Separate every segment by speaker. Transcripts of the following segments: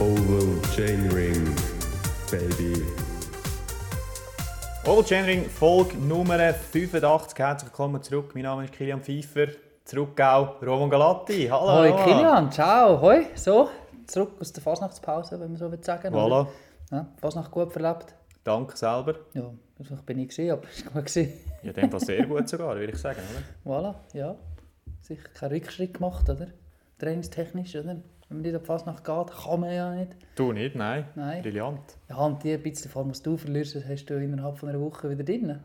Speaker 1: Oval Chain Ring, baby.
Speaker 2: Oval Chain Ring, Folge Nummer 85. Herzlich willkommen zurück. Mein Name ist Kilian Pfeiffer. Zurück auch Roman Galatti. Hallo.
Speaker 3: Hoi
Speaker 2: Roman.
Speaker 3: Kilian, ciao, hoi, so, zurück aus der Fasnachtspause, wenn man so will sagen.
Speaker 2: Voilà.
Speaker 3: oder? Ja, Fasnacht gut verlebt.
Speaker 2: Danke selber.
Speaker 3: Ja, also ich bin nicht gesehen, aber es war gut. gewesen.
Speaker 2: Ja, in dem Fall sehr gut sogar, würde ich sagen. Oder?
Speaker 3: Voilà, ja. Sicher keinen Rückschritt gemacht, oder? Trainingstechnisch, oder? Wenn man nicht an die Fasnacht geht, kann man ja nicht.
Speaker 2: Du nicht, nein.
Speaker 3: Nein.
Speaker 2: Brillant.
Speaker 3: Ja, und die ein bisschen Form, was du verlierst, das hast du innerhalb von einer Woche wieder drin.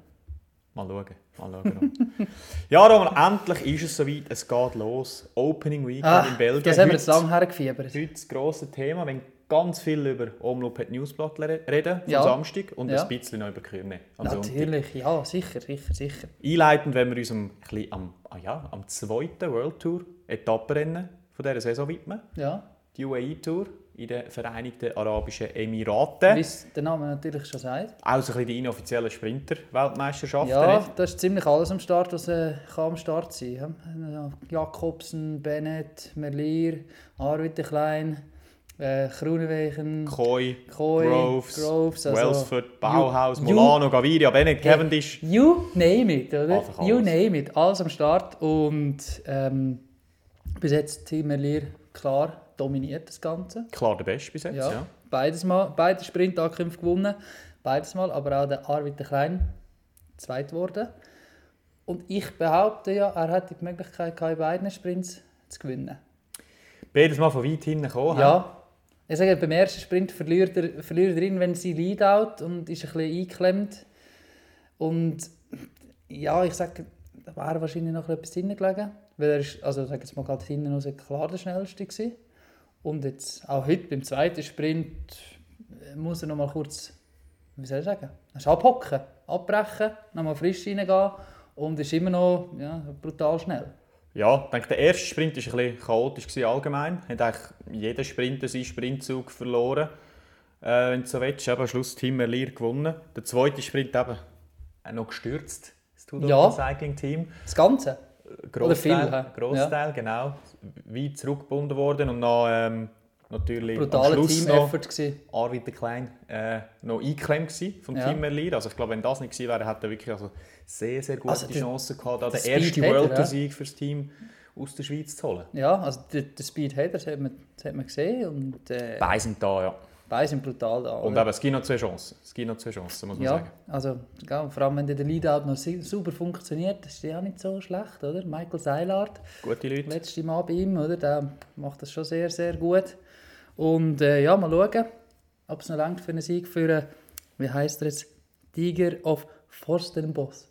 Speaker 2: Mal schauen. Mal schauen. Roman. ja, Roman, endlich ist es soweit. Es geht los. Opening Weekend
Speaker 3: Ah,
Speaker 2: in Belgien.
Speaker 3: das haben wir
Speaker 2: Heute- Also,
Speaker 3: jetzt lang hergefiebert.
Speaker 2: Heute das grosse Thema. Wir wollen ganz viel über Omloop hat Newsblatt le- reden, vom
Speaker 3: Ja.
Speaker 2: Samstag, und
Speaker 3: Ja.
Speaker 2: ein bisschen noch über Kürne Also, am Sonntag.
Speaker 3: Natürlich, ja, sicher, sicher, sicher.
Speaker 2: Einleitend wenn wir uns am, chli am, ah ja, am zweiten World Tour Etappenrennen von dieser Saison widmen.
Speaker 3: Ja,
Speaker 2: Die UAE Tour in den Vereinigten Arabischen
Speaker 3: wie
Speaker 2: Emiraten.
Speaker 3: es der Name natürlich schon sagt.
Speaker 2: Auch so ein bisschen die inoffiziellen Sprinter-Weltmeisterschaften.
Speaker 3: Ja,
Speaker 2: nicht?
Speaker 3: da ist ziemlich alles am Start, was äh, kann am Start sein kann. Ja? Äh, Jakobsen, Bennett, Merlier, Arvid de Klein, äh, Groenewegen,
Speaker 2: Koi,
Speaker 3: Koi,
Speaker 2: Groves,
Speaker 3: Groves, also-
Speaker 2: Welsford, Bauhaus,
Speaker 3: Ju-
Speaker 2: Molano, Gaviria, Bennett,
Speaker 3: Hey.
Speaker 2: Cavendish.
Speaker 3: You name it, oder?
Speaker 2: Einfach alles.
Speaker 3: You name it, alles am Start. Und ähm, bis jetzt Team Merlier klar dominiert das Ganze.
Speaker 2: Klar der Beste bis jetzt,
Speaker 3: Ja,
Speaker 2: ja.
Speaker 3: Beides mal, beide Sprintankünfte gewonnen, beides mal, aber auch der Arvid de Klein zweit geworden. Und ich behaupte ja, er hätte die Möglichkeit gehabt, in beiden Sprints zu gewinnen.
Speaker 2: Jedes Mal von weit hinten gekommen. he?
Speaker 3: Ja. Ich sage, beim ersten Sprint verliert er, verliert er ihn, wenn sie Leadout und ist ein bisschen eingeklemmt. Und ja, ich sage, da wäre wahrscheinlich noch etwas drin gelegen. Weil er ist, also sage jetzt mal gerade hinten raus, klar der Schnellste gewesen. Und jetzt auch heute beim zweiten Sprint äh, muss er noch mal kurz, wie soll ich sagen, er ist abhocken, abbrechen, noch mal frisch reingehen und ist immer noch ja, brutal schnell.
Speaker 2: Ja, ich denke, der erste Sprint war ein bisschen chaotisch gewesen allgemein. Hat eigentlich jeder Sprinter seinen Sprintzug verloren. Äh, wenn du so willst, aber am Schluss Team Merlier gewonnen. Der zweite Sprint eben auch noch gestürzt. Das Tudor
Speaker 3: Ja.
Speaker 2: Cycling Team.
Speaker 3: Das Ganze. viel, hä?
Speaker 2: Großteil, Großteil genau. Weit zurückgebunden worden und noch ähm, natürlich am
Speaker 3: Brutaler
Speaker 2: Schluss noch
Speaker 3: Team-Effort gewesen.
Speaker 2: Arvid der Klein äh, noch eingeklemmt gewesen vom
Speaker 3: Ja.
Speaker 2: Team Merlier. Also ich glaube, wenn das nicht gewesen wäre, hätte er wirklich also sehr, sehr gute
Speaker 3: Also der-
Speaker 2: Chancen gehabt, da
Speaker 3: der
Speaker 2: den ersten
Speaker 3: Speed hat er,
Speaker 2: World Tour
Speaker 3: ja.
Speaker 2: Sieg für das Team aus der Schweiz zu holen.
Speaker 3: Ja, also der, der Speed hat er, das hat man, das hat man gesehen und äh,
Speaker 2: Beide sind da, ja.
Speaker 3: beide sind brutal da.
Speaker 2: Und
Speaker 3: oder?
Speaker 2: eben, es gibt noch zwei Chancen. Es gibt noch zwei Chancen, muss man
Speaker 3: ja,
Speaker 2: sagen.
Speaker 3: also ja, vor allem wenn der Leadout noch si- super funktioniert, das ist ja auch nicht so schlecht, oder? Michael Seilhardt,
Speaker 2: Gute Leute.
Speaker 3: letzte Mal bei ihm, oder? Der macht das schon sehr, sehr gut. Und äh, ja, mal schauen, ob es noch langt für einen Sieg für, äh, wie heißt er jetzt, Tiger of Forstenboss.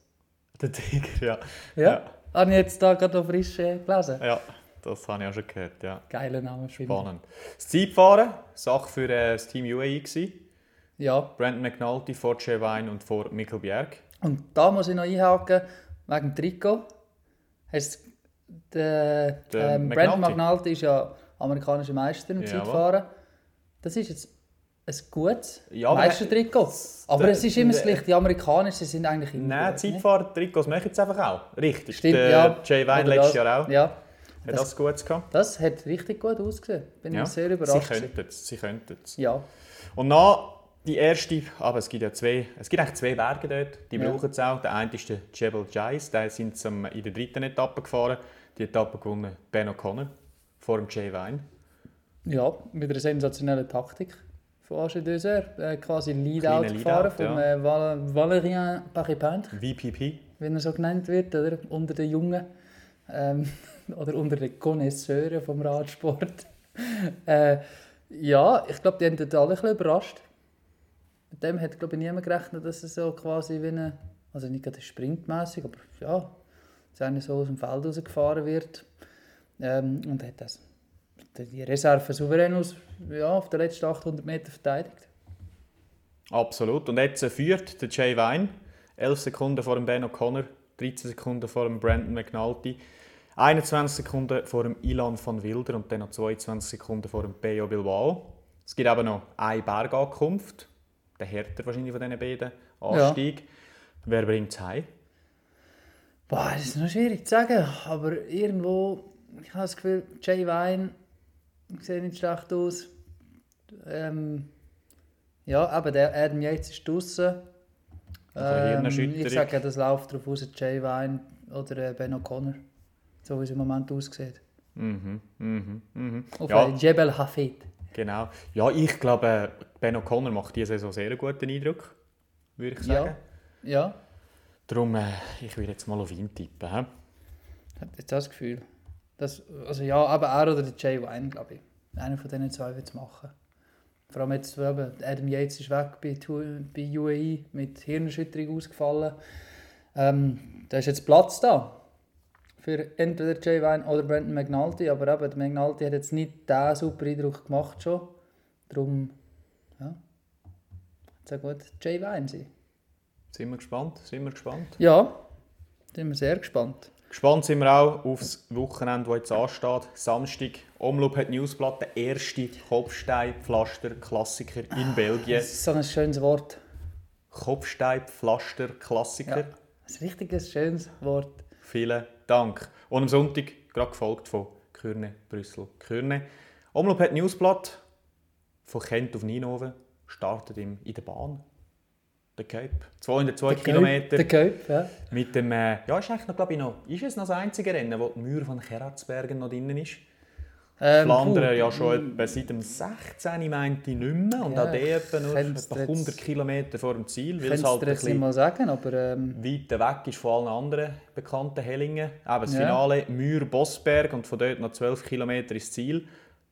Speaker 2: Der Tiger, ja.
Speaker 3: Ja? Habe ich jetzt da gerade noch frisch äh, gelesen.
Speaker 2: Ja, das habe ich auch schon gehört, ja.
Speaker 3: Geiler Name, finde ich.
Speaker 2: Spannend. Das Zeitfahren, Sache für äh, das Team UAE gewesen.
Speaker 3: Ja,
Speaker 2: Brandon McNulty vor Chevine und vor Mikkel Bjerg.
Speaker 3: Und da muss ich noch einhaken, wegen dem Trikot. Hast der,
Speaker 2: Der
Speaker 3: ähm,
Speaker 2: McNulty.
Speaker 3: Brandon McNulty ist ja amerikanischer Meister im
Speaker 2: Jawohl.
Speaker 3: Zeitfahren. Das ist jetzt ein gutes
Speaker 2: Ja, aber-
Speaker 3: Meistertrikot. Aber
Speaker 2: der-
Speaker 3: es ist immer das
Speaker 2: der-
Speaker 3: gleiche. Die Amerikaner sie sind eigentlich immer
Speaker 2: Nein,
Speaker 3: gut, ne?
Speaker 2: Zeitfahrer-Trikots machen jetzt einfach auch. Richtig.
Speaker 3: Stimmt,
Speaker 2: der
Speaker 3: ja.
Speaker 2: Jay Vine
Speaker 3: Oder
Speaker 2: letztes
Speaker 3: das-
Speaker 2: Jahr auch.
Speaker 3: Ja,
Speaker 2: Hat das Gutes gehabt.
Speaker 3: das hat richtig gut ausgesehen. Bin
Speaker 2: Ja.
Speaker 3: ich sehr
Speaker 2: Sie
Speaker 3: überrascht. gewesen.
Speaker 2: könnten es, sie könnten es.
Speaker 3: Ja,
Speaker 2: Und dann die erste, aber es gibt ja zwei, es gibt eigentlich zwei Berge dort, die
Speaker 3: Ja.
Speaker 2: brauchen es auch. Der eine ist der Jebel Jais, da sind sie am- in der dritten Etappe gefahren. Die Etappe gewonnen Ben O'Connor vor dem Jay Vine.
Speaker 3: ja, mit einer sensationellen Taktik von Asche Döser. Äh, quasi
Speaker 2: Kleiner
Speaker 3: Leadout
Speaker 2: Leadout,
Speaker 3: gefahren vom
Speaker 2: ja.
Speaker 3: äh, Val Valérien Paripent.
Speaker 2: VPP.
Speaker 3: wenn er so genannt wird, oder? unter den Jungen ähm, oder unter den Connoisseuren vom Radsport. äh, ja, ich glaube, die haben dort alle ein bisschen überrascht. Mit dem hat, glaube ich, niemand gerechnet, dass er so quasi wie eine, also nicht gerade sprintmäßig, aber ja, dass einer so aus dem Feld rausgefahren wird. Ähm, und hat das, die Reserve souverän aus, ja, auf den letzten 800 Meter verteidigt.
Speaker 2: Absolut. Und jetzt äh, führt der Jay Vine 11 Sekunden vor dem Ben O'Connor, 13 Sekunden vor dem Brandon McNulty, 21 Sekunden vor dem Ilan van Wilder und dann noch 22 Sekunden vor dem Peo Bilbao. Es gibt aber noch eine Bergankunft, der härter wahrscheinlich von diesen beiden Anstieg. Wer bringt es heim?
Speaker 3: Boah, das ist noch schwierig zu sagen, aber irgendwo, ich habe das Gefühl, Jay Vine sieht nicht schlecht aus. Ähm, ja, aber der Adam Yates ist draußen.
Speaker 2: Eine
Speaker 3: Ähm,
Speaker 2: Hirnerschütterung.
Speaker 3: ich sage, das läuft darauf raus, Jay Vine oder äh, Ben O'Connor. So wie es im Moment aussieht.
Speaker 2: Mhm, mhm, mhm.
Speaker 3: Auf
Speaker 2: Ja.
Speaker 3: äh, Jebel Hafid.
Speaker 2: Genau. Ja, ich glaube, Ben O'Connor macht diese Saison sehr einen guten Eindruck, würde ich sagen.
Speaker 3: Ja. Ja,
Speaker 2: Darum, äh, ich würde jetzt mal auf ihn tippen. He?
Speaker 3: hat jetzt das Gefühl. Das, also ja, aber er oder der Jay Vine, glaube ich. Einer von diesen zwei wird es machen. Vor allem jetzt, wo eben Adam Yates ist weg bei, Tu- bei UAE mit Hirnerschütterung ausgefallen. Ähm, da ist jetzt Platz da. Für entweder Jay Vine oder Brandon McNulty. Aber eben, der McNulty hat jetzt nicht den super Eindruck gemacht schon. Darum, ja. Sehr gut, Jay Vine sein.
Speaker 2: Sind wir gespannt? Sind wir gespannt?
Speaker 3: Ja, sind wir sehr gespannt.
Speaker 2: Gespannt sind wir auch aufs Wochenende, das jetzt ansteht. Samstag, Omloop hat Newsblatt, der erste Kopfsteinpflaster-Klassiker in Belgien.
Speaker 3: Das ist so ein schönes Wort. Ja,
Speaker 2: Kopfsteinpflaster-Klassiker.
Speaker 3: ein richtiges schönes Wort.
Speaker 2: Vielen Dank. Und am Sonntag gerade gefolgt von Kürne, Brüssel, Kürne. Omloop hat Newsblatt von Kent auf Ninoven startet im, in der Bahn. Der Cape. 202 Kilometer.
Speaker 3: Der Köp, ja.
Speaker 2: Mit dem, äh, ja, ist eigentlich noch, glaube ich, noch, ist es noch das einzige Rennen, wo die Mauer von Keratsbergen noch drin ist?
Speaker 3: Ähm,
Speaker 2: Flandern
Speaker 3: puh,
Speaker 2: ja schon etwa seit dem 16. meinte ich nicht mehr und
Speaker 3: Ja,
Speaker 2: auch der etwa nur
Speaker 3: könnt's
Speaker 2: etwa
Speaker 3: dir jetzt-
Speaker 2: 100 Kilometer vor dem Ziel, weil es
Speaker 3: Könntest
Speaker 2: halt
Speaker 3: du
Speaker 2: ein
Speaker 3: dir jetzt nicht
Speaker 2: bisschen
Speaker 3: mal sagen, aber ähm,
Speaker 2: weiter weg ist von allen anderen bekannten Hellingen. Eben das
Speaker 3: Ja.
Speaker 2: Finale Mühr-Bossberg und von dort noch 12 Kilometer ins Ziel.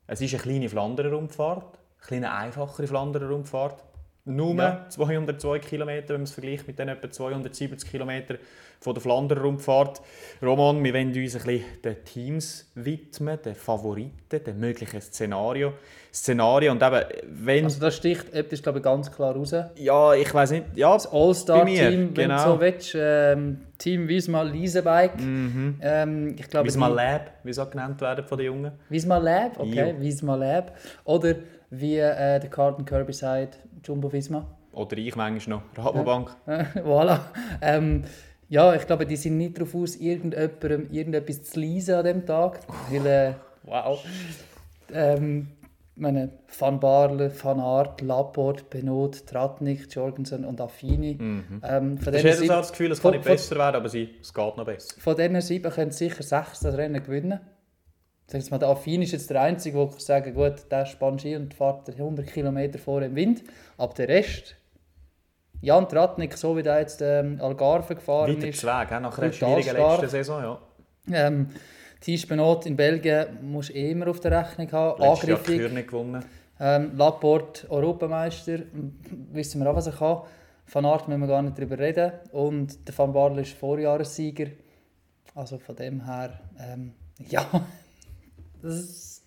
Speaker 2: Es ist eine kleine Flandern-Rundfahrt, eine kleine einfachere Flandern-Rundfahrt. Nur
Speaker 3: Ja.
Speaker 2: 202 Kilometer, wenn man es vergleicht mit den etwa 270 Kilometern von der Flandern-Rundfahrt. Roman, wir wollen uns ein bisschen den Teams widmen, den Favoriten, den möglichen Szenario. Szenario und eben, wenn...
Speaker 3: also das sticht etwas, glaube ich, ganz klar raus. Das
Speaker 2: ja, ich weiß nicht, ja, Bei mir,
Speaker 3: All-Star-Team, wenn
Speaker 2: genau.
Speaker 3: du so willst, ähm, Team Wiesmal Leasebike. Ähm, ich glaube,
Speaker 2: Mhm. Wismar
Speaker 3: die-
Speaker 2: Lab, wie es auch genannt werden von den Jungen.
Speaker 3: Wiesmal Lab, okay,
Speaker 2: Jo.
Speaker 3: Wiesmal Lab. Oder wie äh, der Carlton Kirby sagt, Jumbo Visma.
Speaker 2: Oder ich manchmal noch. Rabobank.
Speaker 3: Äh, voilà. Ähm, ja, ich glaube, die sind nicht darauf aus, irgendjemandem irgendetwas zu leisen an dem Tag. Weil, äh, wow. Ähm, ich meine, Van Barle, Van Aert, Laporte, Benot, Tratnik, Jorgensen und Affini.
Speaker 2: Mhm.
Speaker 3: Ähm, von
Speaker 2: Ich habe
Speaker 3: diesen sieben-
Speaker 2: das Gefühl, es kann
Speaker 3: von-
Speaker 2: nicht
Speaker 3: von-
Speaker 2: besser werden, aber sie, es geht noch besser.
Speaker 3: Von diesen sieben können sicher sechs das Rennen gewinnen. Ich sag jetzt mal, der Affin ist jetzt der Einzige, wo ich sagen kann, gut, der spannt Ski und fährt 100 km vor im Wind. Aber der Rest, Jan Tratnik, so wie der jetzt ähm, Algarve gefahren
Speaker 2: Weiter
Speaker 3: ist,
Speaker 2: zu Weg, nach einer
Speaker 3: brutal
Speaker 2: schwierigen
Speaker 3: stark.
Speaker 2: letzten Saison. Ja.
Speaker 3: ähm, Tisch Benot in Belgien musst du eh immer auf der Rechnung haben.
Speaker 2: Letztes Jahr die
Speaker 3: Angriffig.
Speaker 2: Kürne gewonnen.
Speaker 3: Ähm, Laporte, Europameister, m- wissen wir auch, was er kann. Van Aert müssen wir gar nicht drüber reden. Und der Van Barle ist Vorjahressieger. Also von dem her, ähm, ja. Das ist,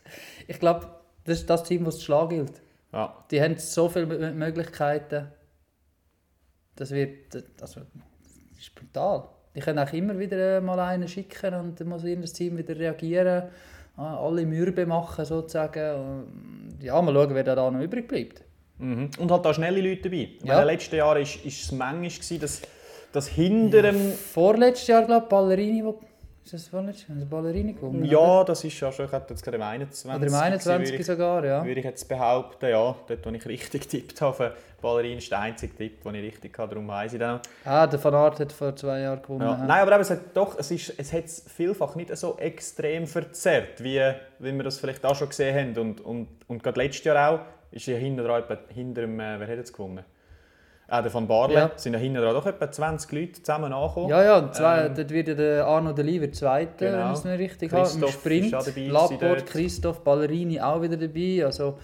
Speaker 3: ich glaube, das ist das Team, das zu schlagen gilt.
Speaker 2: Ja.
Speaker 3: Die haben so viele M- Möglichkeiten. Das wird, also, das ist brutal. Die können auch immer wieder äh, mal einen schicken und dann muss jedes Team wieder reagieren. Äh, Alle Mürbe machen sozusagen. Und Ja, mal schauen, wer da noch übrig bleibt.
Speaker 2: Mhm. Und hat da schnelle Leute dabei.
Speaker 3: Ja.
Speaker 2: In den letzten Jahren war es manchmal, gewesen, dass, dass hinter dem.
Speaker 3: Vorletztes Jahr, glaube ich, Ballerini, wo, ist das vorletztes Jahr? Hat Ballerini gewonnen? oder?
Speaker 2: Ja, das ist ja schon, ich hätte jetzt gerade im 21.
Speaker 3: Oder im 21
Speaker 2: gewesen,
Speaker 3: sogar, ja.
Speaker 2: würde ich, würde ich jetzt behaupten, ja, dort, wo ich richtig getippt habe. Ballerin ist der einzige Tipp, den ich richtig habe, darum weiss ich dann auch.
Speaker 3: Ah, der Van Aert hat vor zwei Jahren gewonnen.
Speaker 2: Ja.
Speaker 3: ja.
Speaker 2: Nein, aber eben, es hat doch, es ist, es hat es vielfach nicht so extrem verzerrt, wie, wie wir das vielleicht auch schon gesehen haben. Und, und, und gerade letztes Jahr auch, ist ja hinten dran, etwa- hinter dem, äh, wer hat jetzt gewonnen? Äh, der Van Barle,
Speaker 3: Ja.
Speaker 2: sind ja hinten dran doch etwa 20 Leute zusammen angekommen.
Speaker 3: Ja, ja, und zwei, dort wird ja der Arno de Lieber Zweiter,
Speaker 2: Ähm, Genau.
Speaker 3: wenn ich es nicht richtig habe. Im
Speaker 2: Christoph
Speaker 3: Sprint,
Speaker 2: ist auch dabei gewesen
Speaker 3: Laporte,
Speaker 2: dort.
Speaker 3: Christoph, Ballerini auch wieder dabei. Also,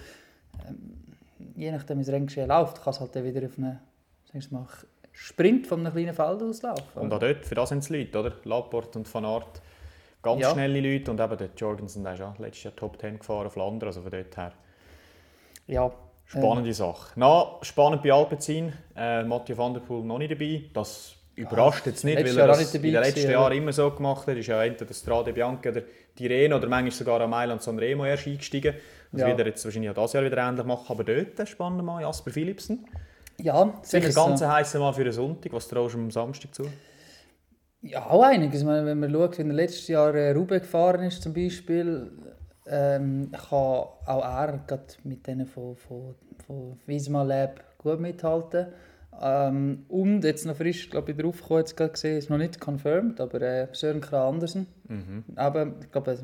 Speaker 3: ähm, je nachdem, wie das Renngeschehen läuft, kann es halt dann wieder auf einen sagen wir mal, Sprint von einem kleinen Feld auslaufen.
Speaker 2: Und auch dort, für das sind es Leute, oder? Laporte und Van Aert, ganz
Speaker 3: Ja.
Speaker 2: schnelle Leute. Und eben der Jorgensen, der ist ja letztes Jahr Top 10 gefahren, auf Flandern, also von dort her.
Speaker 3: ja,
Speaker 2: Spannende
Speaker 3: Ähm.
Speaker 2: Sache. Na, spannend bei Alpecin. Äh, Mathieu van der Poel noch nicht dabei. Das überrascht jetzt nicht,
Speaker 3: Ah, letztes
Speaker 2: weil er
Speaker 3: Jahr auch
Speaker 2: das
Speaker 3: nicht dabei
Speaker 2: in den
Speaker 3: gewesen,
Speaker 2: letzten
Speaker 3: oder?
Speaker 2: Jahren immer so gemacht hat. Ist ja entweder der Strade Bianca oder die Reno oder manchmal sogar am Mailand Sanremo erst eingestiegen. Das
Speaker 3: Ja.
Speaker 2: wird er jetzt wahrscheinlich auch dieses Jahr wieder ähnlich machen. Aber dort, ein spannender Mann, Jasper Philipsen.
Speaker 3: ja,
Speaker 2: Sicher
Speaker 3: das-
Speaker 2: ein ganz heißer Mann für einen Sonntag. Was traust du ihm am Samstag zu?
Speaker 3: Ja, auch einiges. Ich meine, wenn man schaut, wenn er letztes Jahr äh, Ruben gefahren ist, zum Beispiel, ähm, kann auch er gerade mit denen von, von, von Visma Lab gut mithalten. Ähm, und jetzt noch frisch, glaube ich, draufgekommen, jetzt gerade gesehen, ist noch nicht confirmed, aber äh, Sören Krah Andersen.
Speaker 2: Mhm.
Speaker 3: Aber ich glaube,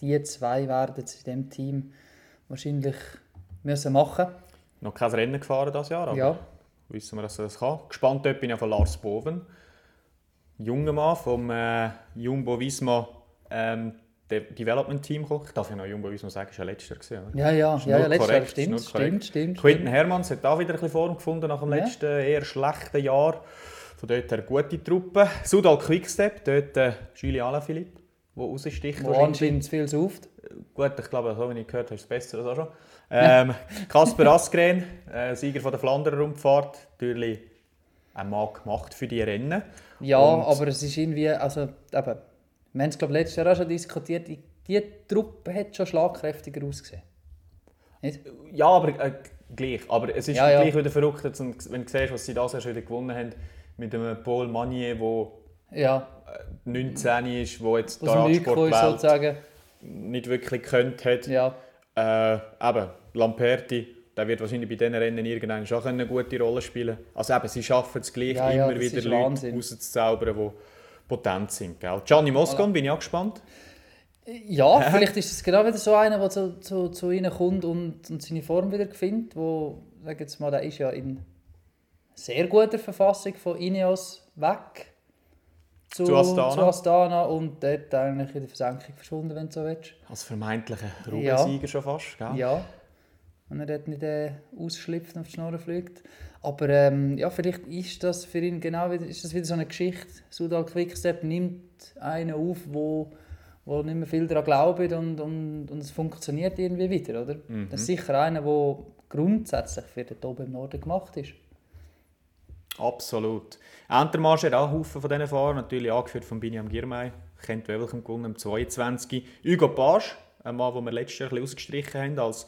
Speaker 3: die zwei werden jetzt in diesem Team wahrscheinlich müssen machen.
Speaker 2: Noch kein Rennen gefahren das Jahr, aber
Speaker 3: Ja.
Speaker 2: wissen wir, dass er das kann. Gespannt dort bin ich auch von Lars Boven. Junger Mann vom äh, Jumbo Visma ähm, De Development Team. gekommen. Ich darf ja noch Jumbo Visma sagen, ist ja letzter gewesen. oder?
Speaker 3: Ja, ja,
Speaker 2: Ist
Speaker 3: ja, ja
Speaker 2: nur
Speaker 3: letztes Jahr
Speaker 2: korrekt,
Speaker 3: stimmt,
Speaker 2: ist nur korrekt.
Speaker 3: stimmt, stimmt,
Speaker 2: Quinten
Speaker 3: stimmt.
Speaker 2: Hermanns hat auch wieder ein bisschen Form gefunden nach dem
Speaker 3: Ja.
Speaker 2: letzten, eher schlechten Jahr. Von dort her gute Truppe. Sudal Quickstep, dort äh, Julien Alaphilippe, der raussticht.
Speaker 3: Wo
Speaker 2: wahrscheinlich.
Speaker 3: anscheinend zu viel sauft.
Speaker 2: Gut, ich glaube, so wie ich gehört habe, ist es besser als auch schon. Ähm, Kasper Asgren, äh, Sieger von der Flandern-Rundfahrt, natürlich ein Mann gemacht für die Rennen.
Speaker 3: Ja,
Speaker 2: Und-
Speaker 3: aber es ist irgendwie, also eben, wir haben es glaube letztes Jahr auch schon diskutiert, die, die Truppe hat schon schlagkräftiger ausgesehen. Nicht?
Speaker 2: Ja, aber äh, gleich. Aber es ist
Speaker 3: Ja, ja.
Speaker 2: gleich wieder verrückt, jetzt, und wenn du siehst, was sie das Jahr schon wieder gewonnen haben, mit dem Paul Magnier, der
Speaker 3: Ja,
Speaker 2: 19 ist, der jetzt die
Speaker 3: aus dem Nichts gekommen ist
Speaker 2: Radsportwelt
Speaker 3: sozusagen.
Speaker 2: nicht wirklich könnt hat.
Speaker 3: Ja,
Speaker 2: Äh, eben, Lamperti, der wird wahrscheinlich bei diesen Rennen irgendwann schon eine gute Rolle spielen können. Also eben, sie schaffen es gleich,
Speaker 3: Ja, ja,
Speaker 2: immer
Speaker 3: das
Speaker 2: wieder
Speaker 3: ist
Speaker 2: Leute
Speaker 3: Wahnsinn.
Speaker 2: rauszuzaubern, die potent sind. Gell? Gianni Moscon, bin ich auch gespannt.
Speaker 3: ja vielleicht ist es genau wieder so einer, der zu, zu, zu ihnen kommt und, und seine Form wieder findet, wo, sag jetzt mal, der ist ja in sehr guter Verfassung von Ineos weg.
Speaker 2: Zu Astana.
Speaker 3: zu Astana und dort eigentlich in der Versenkung verschwunden, wenn du so willst.
Speaker 2: Als vermeintlicher Rubensieger schon fast. Gell?
Speaker 3: Ja. Wenn er dort nicht äh, ausschlüpft und auf die Schnur fliegt. Aber ähm, ja, vielleicht ist das für ihn genau wieder, ist das wieder so eine Geschichte. Sudal Quickstep nimmt einen auf, wo, wo nicht mehr viel daran glaubt und, und, und es funktioniert irgendwie wieder, oder? Das
Speaker 2: Mhm.
Speaker 3: ist sicher einer, der grundsätzlich für den Top im Norden gemacht ist.
Speaker 2: Absolut. Entermarsch hat auch einen Haufen von diesen Fahrern, natürlich angeführt von Biniam Girmay. Kennt Wewelchem gewonnen, am 22. Hugo Page, ein Mann, den wir letztes Jahr ein bisschen ausgestrichen haben, als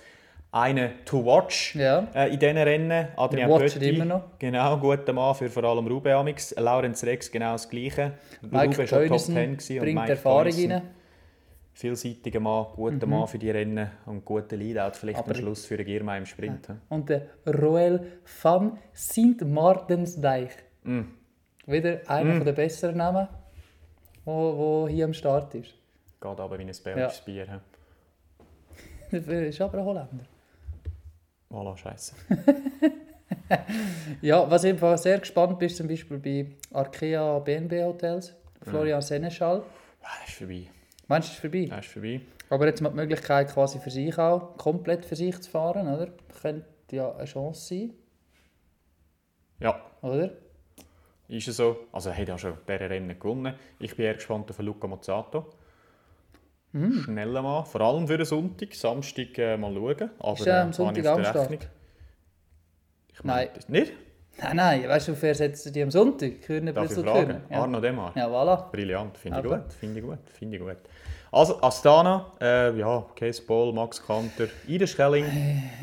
Speaker 2: einen to watch
Speaker 3: Ja.
Speaker 2: äh, in diesen Rennen. Adrian
Speaker 3: Wir watchen
Speaker 2: Pötti,
Speaker 3: immer noch.
Speaker 2: genau, guter Mann für vor allem Ruben Amix. Laurens Rex, genau das Gleiche.
Speaker 3: Mike Teunissen
Speaker 2: gewesen und
Speaker 3: bringt
Speaker 2: Mike
Speaker 3: Erfahrung
Speaker 2: Teunissen,
Speaker 3: rein. Mhm.
Speaker 2: Vielseitiger Mann, guter Mann für die Rennen und guter Leadout vielleicht
Speaker 3: Aber-
Speaker 2: am Schluss für den Girmay im Sprint. hä?
Speaker 3: Und der Roel van Sint Martensdijk. Wieder einer der besseren Namen, wo, wo hier am Start ist.
Speaker 2: Geht aber wie ein belgisches Bier. hä?
Speaker 3: Dafür ist aber ein Holländer.
Speaker 2: Voilà, scheiße.
Speaker 3: Ja, was ich im Fall sehr gespannt bin, ist zum Beispiel bei Arkea BNB Hotels, Florian Seneschal.
Speaker 2: Ja, das ist vorbei.
Speaker 3: Meinst du, es ist vorbei?
Speaker 2: Das ist vorbei.
Speaker 3: Aber jetzt mal die Möglichkeit quasi für sich auch, komplett für sich zu fahren, oder? Könnte ja eine Chance sein,
Speaker 2: Ja,
Speaker 3: oder?
Speaker 2: ist es so. Also er hat ja schon dieser Rennen gewonnen. Ich bin eher gespannt auf Luca Mozzato.
Speaker 3: Mhm.
Speaker 2: Schneller Mann, vor allem für den Sonntag. Samstag äh, mal schauen. Aber,
Speaker 3: Ist er am
Speaker 2: äh, habe ich
Speaker 3: Sonntag
Speaker 2: auf
Speaker 3: auch am
Speaker 2: der
Speaker 3: Start?
Speaker 2: Rechnung. Ich
Speaker 3: Nein.
Speaker 2: meine, das- Nicht?
Speaker 3: Nein, nein, weißt du, wer setzt du die am Sonntag? Körner
Speaker 2: Darf ich
Speaker 3: Brüssel
Speaker 2: fragen?
Speaker 3: Körner. Ja.
Speaker 2: Arno Demar.
Speaker 3: ja, Also. voilà.
Speaker 2: Brillant, finde ich
Speaker 3: Aber-
Speaker 2: gut, finde ich gut, finde ich gut. Also Astana, äh, ja, Case Ball, Max Kanter, Ida Schelling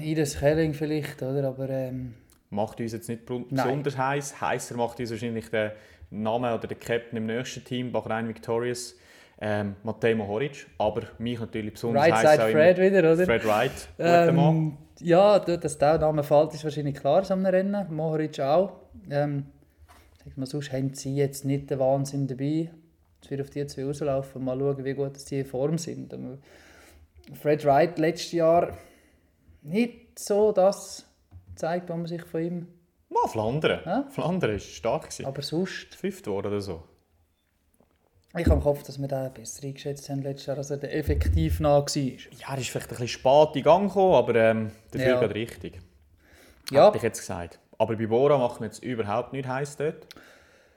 Speaker 3: Iris Kelling vielleicht, oder? Aber ähm,
Speaker 2: macht uns jetzt nicht brun- besonders heiß. Heißer macht uns wahrscheinlich der Name oder der Captain im nächsten Team, Bahrain Victorious, ähm, Matej Mohoric. Aber mich natürlich besonders
Speaker 3: Right
Speaker 2: heiß
Speaker 3: Side
Speaker 2: auch immer-
Speaker 3: Fred wieder, oder?
Speaker 2: Fred Wright, guter Mann.
Speaker 3: ähm, ja, da- dass der Name fällt, ist wahrscheinlich klar, so einem Rennen. Mohoric auch. Ähm, sag mal, sonst haben sie jetzt nicht den Wahnsinn dabei. Jetzt wird auf die zwei rauslaufen und mal schauen, wie gut dass die in Form sind. Aber Fred Wright letztes Jahr nicht so das zeigt, was man sich von ihm...
Speaker 2: Mann, Flandern.
Speaker 3: Ja?
Speaker 2: Flandern ist stark gewesen.
Speaker 3: Aber sonst...
Speaker 2: Fünft geworden oder so.
Speaker 3: Ich habe im Kopf, dass wir den besser eingeschätzt haben letztes Jahr, als er der effektiv nah war.
Speaker 2: Ja, er ist vielleicht ein bisschen spät in Gang gekommen, aber ähm, dafür
Speaker 3: Ja.
Speaker 2: gerade richtig.
Speaker 3: Ja.
Speaker 2: Hätte ich jetzt gesagt. Aber bei Bora macht mir jetzt überhaupt nicht heiß dort.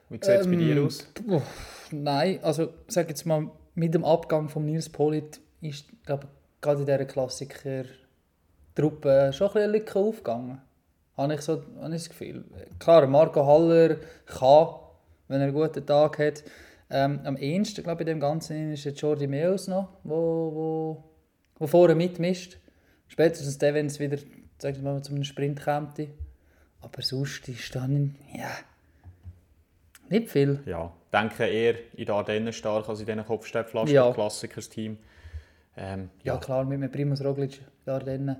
Speaker 2: Wie sieht es bei dir
Speaker 3: Ähm,
Speaker 2: aus?
Speaker 3: Uff, Nein, also sag jetzt mal, mit dem Abgang von Nils Polit ist glaub, gerade in dieser Klassiker-Truppe schon ein bisschen eine Lücke aufgegangen. Habe ich so habe ich das Gefühl. Klar, Marco Haller kann, wenn er einen guten Tag hat. Ähm, am ehesten, glaube ich, in dem Ganzen ist der Jordi Meus noch, wo, wo, wo vorne mitmischt. Spätestens dann, wenn es wieder sag ich mal, zu einem Sprint kommt. Aber sonst ist dann ja, nicht viel.
Speaker 2: Ja, denke eher in den Ardennen stark als in diesen Kopfsteinpflaster,
Speaker 3: Ja.
Speaker 2: Klassikers-Team. Ähm,
Speaker 3: Ja, klar, mit einem Primus Roglic da rennen.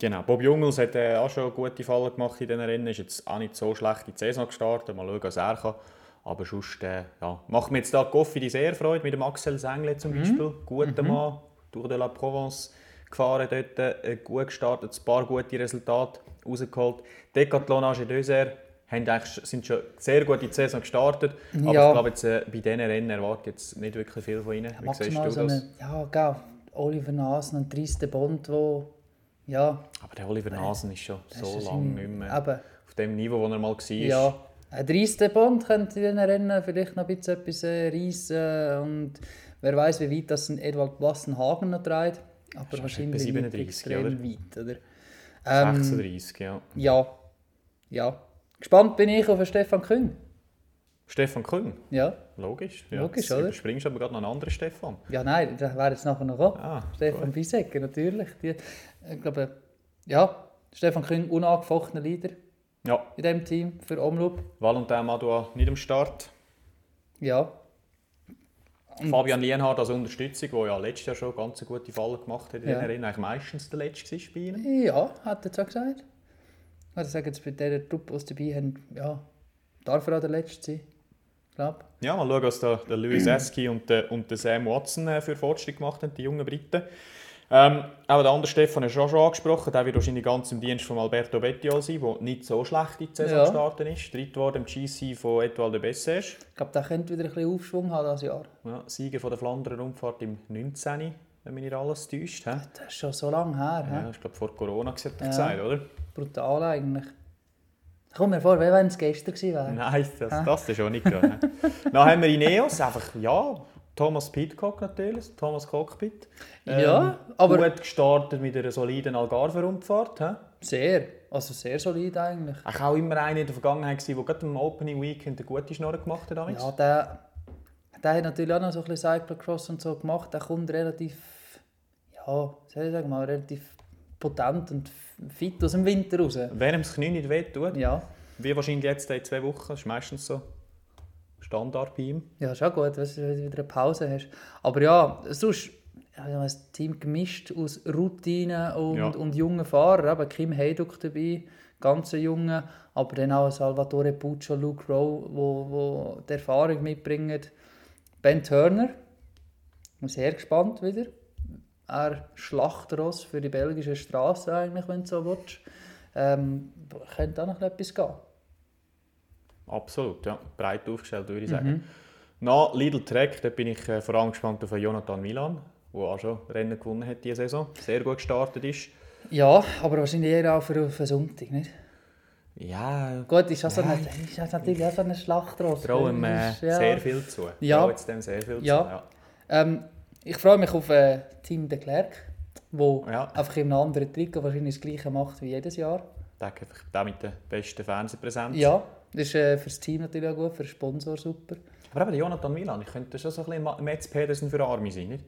Speaker 2: Genau, Bob Jungels hat äh, auch schon gute Fallen gemacht in diesen Rennen, ist jetzt auch nicht so schlecht in die Saison gestartet, mal schauen, was er kann. Aber sonst äh, ja, macht mir jetzt da Goffi die sehr Freude, mit dem Axel Sengle
Speaker 3: Mhm.
Speaker 2: zum Beispiel, guter Mann, Tour de la Provence gefahren dort, äh, gut gestartet, ein paar gute Resultate rausgeholt. Decathlon AG Döser haben eigentlich, sind schon sehr gut in die Saison gestartet, aber
Speaker 3: Ja.
Speaker 2: ich glaube, jetzt, äh, bei diesen Rennen erwartet jetzt nicht wirklich viel von ihnen. Wie siehst
Speaker 3: Maximal
Speaker 2: du
Speaker 3: so
Speaker 2: das?
Speaker 3: eine, ja, gell, Oliver Nasen und Triste Bond, wo, ja,
Speaker 2: Aber der Oliver Nasen ist schon
Speaker 3: das
Speaker 2: so
Speaker 3: ist
Speaker 2: lange
Speaker 3: ein-
Speaker 2: nicht mehr.
Speaker 3: Eben,
Speaker 2: auf dem Niveau, wo er mal war.
Speaker 3: ja. Ein Triste Bond könnte in diesen Rennen vielleicht noch ein bisschen etwas äh, reissen und wer weiß wie weit das ein Edward Blassenhagen noch trägt. Aber wahrscheinlich
Speaker 2: etwa
Speaker 3: nicht
Speaker 2: 37,
Speaker 3: extrem weit, oder? Ähm,
Speaker 2: 36, ja.
Speaker 3: ja, ja. Gespannt bin ich auf den Stefan Kühn.
Speaker 2: Stefan Kühn,
Speaker 3: Ja,
Speaker 2: logisch. Ja,
Speaker 3: Logisch,
Speaker 2: jetzt
Speaker 3: oder?
Speaker 2: überspringst aber gerade noch einen anderen Stefan.
Speaker 3: ja nein, da wäre jetzt nachher noch gekommen.
Speaker 2: Ah,
Speaker 3: Stefan Bisecker, natürlich. Die, äh, ich glaube, ja, Stefan Kühn, unangefochtener Leader
Speaker 2: Ja,
Speaker 3: in diesem Team für Omloop.
Speaker 2: Valentin Madua nicht am Start.
Speaker 3: Ja, Mhm.
Speaker 2: Fabian Lienhardt als Unterstützung, der ja letztes Jahr schon ganz eine gute Falle gemacht hat in
Speaker 3: Ja.
Speaker 2: den Rennen. Eigentlich meistens der Letzte war bei ihnen.
Speaker 3: ja, hat er zwar gesagt. Also sagen jetzt bei dieser Truppe, die sie dabei haben, ja, darf er auch der Letzte sein. Ich glaube.
Speaker 2: Ja, mal schauen, was der, der Louis Eski und der, und der Sam Watson äh, für Fortschritt gemacht haben, die jungen Briten. Ähm, aber der andere Stefan hast du auch schon angesprochen, der wird wahrscheinlich ganz im Dienst von Alberto Bettiol sein, der nicht so schlecht in die Saison
Speaker 3: Ja.
Speaker 2: gestartet ist. Dritt geworden im GC von Etoile de Bessèges.
Speaker 3: Ich glaube, der könnte wieder ein bisschen Aufschwung haben dieses Jahr.
Speaker 2: Ja, Sieger von der Flandrer Rundfahrt im 19. Wenn mich nicht alles täuscht. He?
Speaker 3: Das ist schon so lange her. hä?
Speaker 2: Ja, ich glaube vor Corona gewesen, hat er
Speaker 3: Ja.
Speaker 2: gesagt, oder?
Speaker 3: Brutal eigentlich. Kommt mir vor, wie wenn es gestern gewesen wäre.
Speaker 2: Nein, das, das ist auch nicht gerade. he? Dann haben wir Ineos, einfach ja, Thomas Pitcock natürlich, Thomas Cockpit. Ähm,
Speaker 3: Ja, aber-
Speaker 2: Gut gestartet mit einer soliden Algarve-Rundfahrt. he?
Speaker 3: Sehr. Also sehr solid eigentlich.
Speaker 2: Eigentlich auch immer einer in der Vergangenheit, gewesen, der gerade am Opening Weekend eine gute Schnorre gemacht hat. Damit.
Speaker 3: Ja, der, der hat natürlich auch noch so ein bisschen Cyclocross und so gemacht. Der kommt relativ, ja, wie soll ich sagen mal, relativ potent und fit aus dem Winter raus.
Speaker 2: Wer ihm das Knie nicht wehtut,
Speaker 3: Ja,
Speaker 2: wie wahrscheinlich jetzt in zwei Wochen, das ist meistens so Standard bei ihm.
Speaker 3: ja ist auch gut, dass du wieder eine Pause hast. Aber ja, sonst ja, wir haben ein Team gemischt aus Routinen und,
Speaker 2: Ja.
Speaker 3: und jungen Fahrern. Eben Kim Heyduk dabei, ganz ein junger, aber dann auch Salvatore Puccio, Luke Rowe, wo, wo die Erfahrung mitbringen. Ben Turner, ich bin sehr gespannt wieder. Er Schlachtross für die belgische Straße eigentlich, wenn du so willst. Ähm, könnte auch noch etwas gehen.
Speaker 2: Absolut, ja. Breit aufgestellt, würde ich
Speaker 3: Mhm.
Speaker 2: sagen. Na, Lidl Trek, da bin ich äh, vor allem gespannt auf Jonathan Milan, der auch schon Rennen gewonnen hat diese Saison. Sehr gut gestartet ist.
Speaker 3: Ja, aber wahrscheinlich eher auch für, für Sonntag, nicht?
Speaker 2: Ja,
Speaker 3: Gut, ist auch so eine, ist auch natürlich auch so eine Schlachtross.
Speaker 2: traue ihm äh,
Speaker 3: Ist, ja.
Speaker 2: sehr viel zu.
Speaker 3: Ja.
Speaker 2: Traue jetzt dem sehr viel zu.
Speaker 3: Ja. Ähm, ich freue mich auf äh, Team de Klerk, wo
Speaker 2: Ja.
Speaker 3: einfach in einem anderen Trikot wahrscheinlich das gleiche macht wie jedes Jahr.
Speaker 2: Ich denke einfach, der mit der besten Fernsehpräsenz.
Speaker 3: Ja, das ist äh, für das Team natürlich auch gut, für den Sponsor super.
Speaker 2: Aber eben der Jonathan Milan, ich könnte schon so ein bisschen Ma- Mats Pedersen für Arme sein, nicht?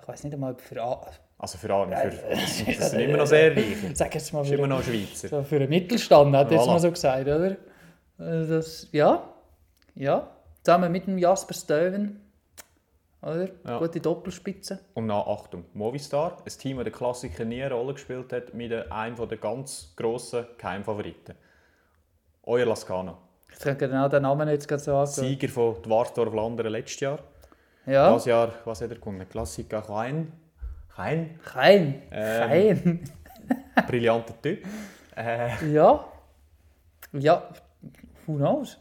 Speaker 3: Ich weiß nicht einmal, ob für... A-
Speaker 2: Also für Arme, für, das sind immer noch sehr reich. Das
Speaker 3: Sag jetzt mal,
Speaker 2: ist immer
Speaker 3: für,
Speaker 2: noch ein Schweizer.
Speaker 3: so für den Mittelstand, hat er jetzt
Speaker 2: Voilà.
Speaker 3: mal so gesagt, oder? Äh, Das, ja, ja. Zusammen mit dem Jasper Stöven, oder?
Speaker 2: Ja.
Speaker 3: Gute Doppelspitze.
Speaker 2: Und dann Achtung, Movistar, ein Team, das den Klassiker nie eine Rolle gespielt hat, mit einem der ganz grossen Geheimfavoriten. Euer Lascano.
Speaker 3: Ich habe genau den Namen jetzt gerade so angehört.
Speaker 2: Sieger von Dwarfdorf Landern letztes Jahr.
Speaker 3: Ja.
Speaker 2: Das Jahr, was hat er gewonnen? Klassiker Kein. Kein.
Speaker 3: Kein.
Speaker 2: Ähm. Brillanter Typ. Äh,
Speaker 3: Kein. Ja. Ja. Who knows?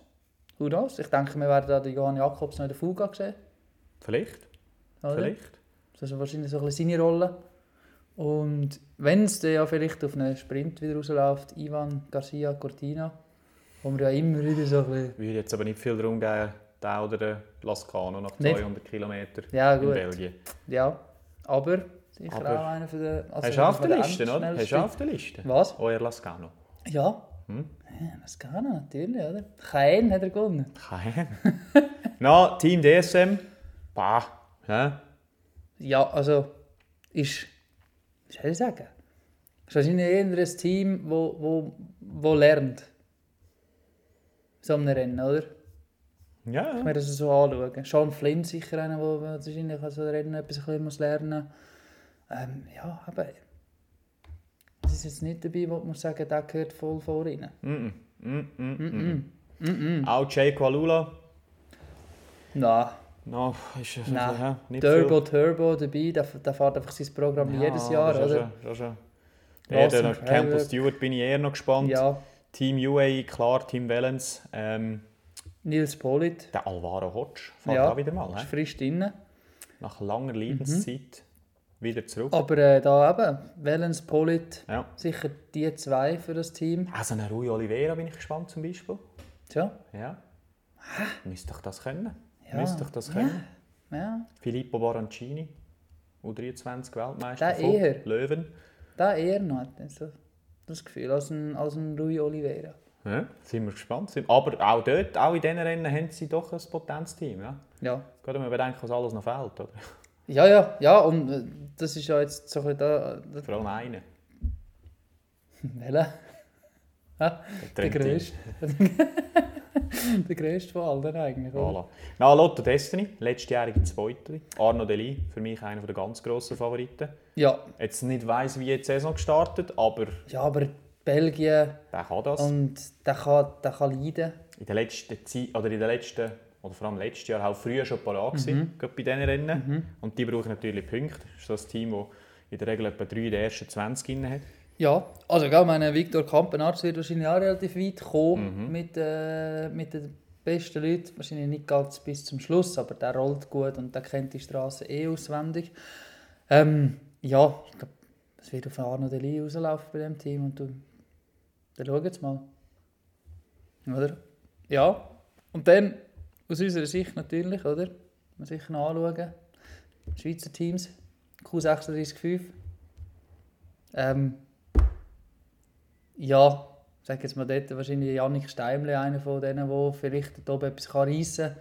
Speaker 3: Who knows? Ich denke, wir werden da den Johann Jakobs noch in der Fuga sehen.
Speaker 2: vielleicht,
Speaker 3: Oder?
Speaker 2: vielleicht.
Speaker 3: Das ist wahrscheinlich so ein bisschen seine Rolle. Und wenn es dann ja vielleicht auf einen Sprint wieder rausläuft, Ivan Garcia Cortina, wo wir ja immer wieder so ein bisschen...
Speaker 2: Ich würde jetzt aber nicht viel darum gehen, der oder der Lascano nach
Speaker 3: Nicht.
Speaker 2: 200 Kilometern
Speaker 3: Ja,
Speaker 2: in
Speaker 3: gut.
Speaker 2: Belgien.
Speaker 3: Ja. Aber sicher
Speaker 2: Aber-
Speaker 3: auch einer von den... Also
Speaker 2: Hast du auf
Speaker 3: von
Speaker 2: der Liste, oder?
Speaker 3: endschnellsten.
Speaker 2: Hast du auf der Liste?
Speaker 3: Was?
Speaker 2: Euer Lascano.
Speaker 3: Ja. Ja, das kann er natürlich, oder? Kein hat er gewonnen.
Speaker 2: Kein. Na, Team DSM. Bah. hä?
Speaker 3: Ja, also ist, wie soll ich sagen, ist wahrscheinlich eher ein Team, wo, wo, wo lernt. So einem Rennen, oder?
Speaker 2: Ja,
Speaker 3: Ich mir das so anschauen. Sean Flynn ist sicher einer, der wahrscheinlich also Rennen etwas ein bisschen muss lernen muss. Ähm, ja, aber das ist jetzt nicht dabei, wo man sagen der gehört voll vor ihnen. Mm.
Speaker 2: auch Jake Walula.
Speaker 3: Nein,
Speaker 2: No, ist es
Speaker 3: Nein.
Speaker 2: ja, nicht
Speaker 3: Turbo
Speaker 2: viel.
Speaker 3: Turbo dabei, der, der fährt einfach sein Programm wie jedes
Speaker 2: Ja,
Speaker 3: Jahr,
Speaker 2: das ist
Speaker 3: oder?
Speaker 2: schon- das ist schon- Ja,
Speaker 3: Lawson
Speaker 2: dann auf
Speaker 3: Driver.
Speaker 2: Campbell Stewart bin ich eher noch gespannt.
Speaker 3: Ja,
Speaker 2: Team UAE, klar, Team Valence. Ähm,
Speaker 3: Nils Polit
Speaker 2: der Alvaro Hodge fährt
Speaker 3: Ja.
Speaker 2: auch wieder mal.
Speaker 3: ist
Speaker 2: He?
Speaker 3: frisch drin.
Speaker 2: Nach langer Leidenszeit
Speaker 3: Mhm.
Speaker 2: wieder zurück.
Speaker 3: Aber äh, da eben, Valens Polit,
Speaker 2: Ja.
Speaker 3: sicher die zwei für das Team.
Speaker 2: Also, ein Rui Oliveira bin ich gespannt zum Beispiel.
Speaker 3: Tja,
Speaker 2: Ja. Müsste ich das können?
Speaker 3: Ja.
Speaker 2: Müsste ich das können?
Speaker 3: ja,
Speaker 2: Filippo Barancini, U23 Weltmeister
Speaker 3: Der
Speaker 2: von
Speaker 3: eher.
Speaker 2: Löwen.
Speaker 3: da eher noch, hat man so das Gefühl, als ein, als ein Rui Oliveira.
Speaker 2: Ja, sind wir gespannt. Sind- Aber auch dort, auch in diesen Rennen, haben sie doch ein Potenzteam. Ja?
Speaker 3: Ja.
Speaker 2: Gerade wenn man bedenkt, was alles noch fehlt. Oder?
Speaker 3: Ja, ja, ja, und äh, das ist ja jetzt so ein bisschen da. da
Speaker 2: Vor allem einen.
Speaker 3: Welcher? Der
Speaker 2: Trentin.
Speaker 3: grösste. der grösste von allen eigentlich. oder?
Speaker 2: Voilà. Na, Lotto Destiny, letztjährige Zweite. Arno Deli, für mich einer der ganz grossen Favoriten.
Speaker 3: Ja.
Speaker 2: Jetzt nicht weiss, wie die Saison gestartet, aber
Speaker 3: ja, aber Belgien
Speaker 2: der kann das.
Speaker 3: und der kann, der kann leiden.
Speaker 2: in der letzten Zeit, oder in der letzten, oder vor allem letztes Jahr, auch früher schon parat
Speaker 3: Mhm.
Speaker 2: gewesen, gerade bei diesen Rennen. Und die brauchen natürlich Punkte. Das ist das Team, das in der Regel etwa drei der ersten 20 inne hat.
Speaker 3: Ja, also gell, meine Viktor Kampenarzt wird wahrscheinlich auch relativ weit kommen mit, äh, mit den besten Leuten. Wahrscheinlich nicht ganz bis zum Schluss, aber der rollt gut und der kennt die Straße eh auswendig. Ähm, ja, ich glaube, es wird auf Arno Deli rauslaufen bei dem Team und du, dann schauen wir mal. Oder? Ja, und dann aus unserer Sicht natürlich, oder? Mal sicher noch anschauen. Schweizer Teams, Q36.5. Ähm, ja, ich sage jetzt mal dort wahrscheinlich Janik Steimle, einer von denen, der vielleicht dort oben etwas kann reissen kann.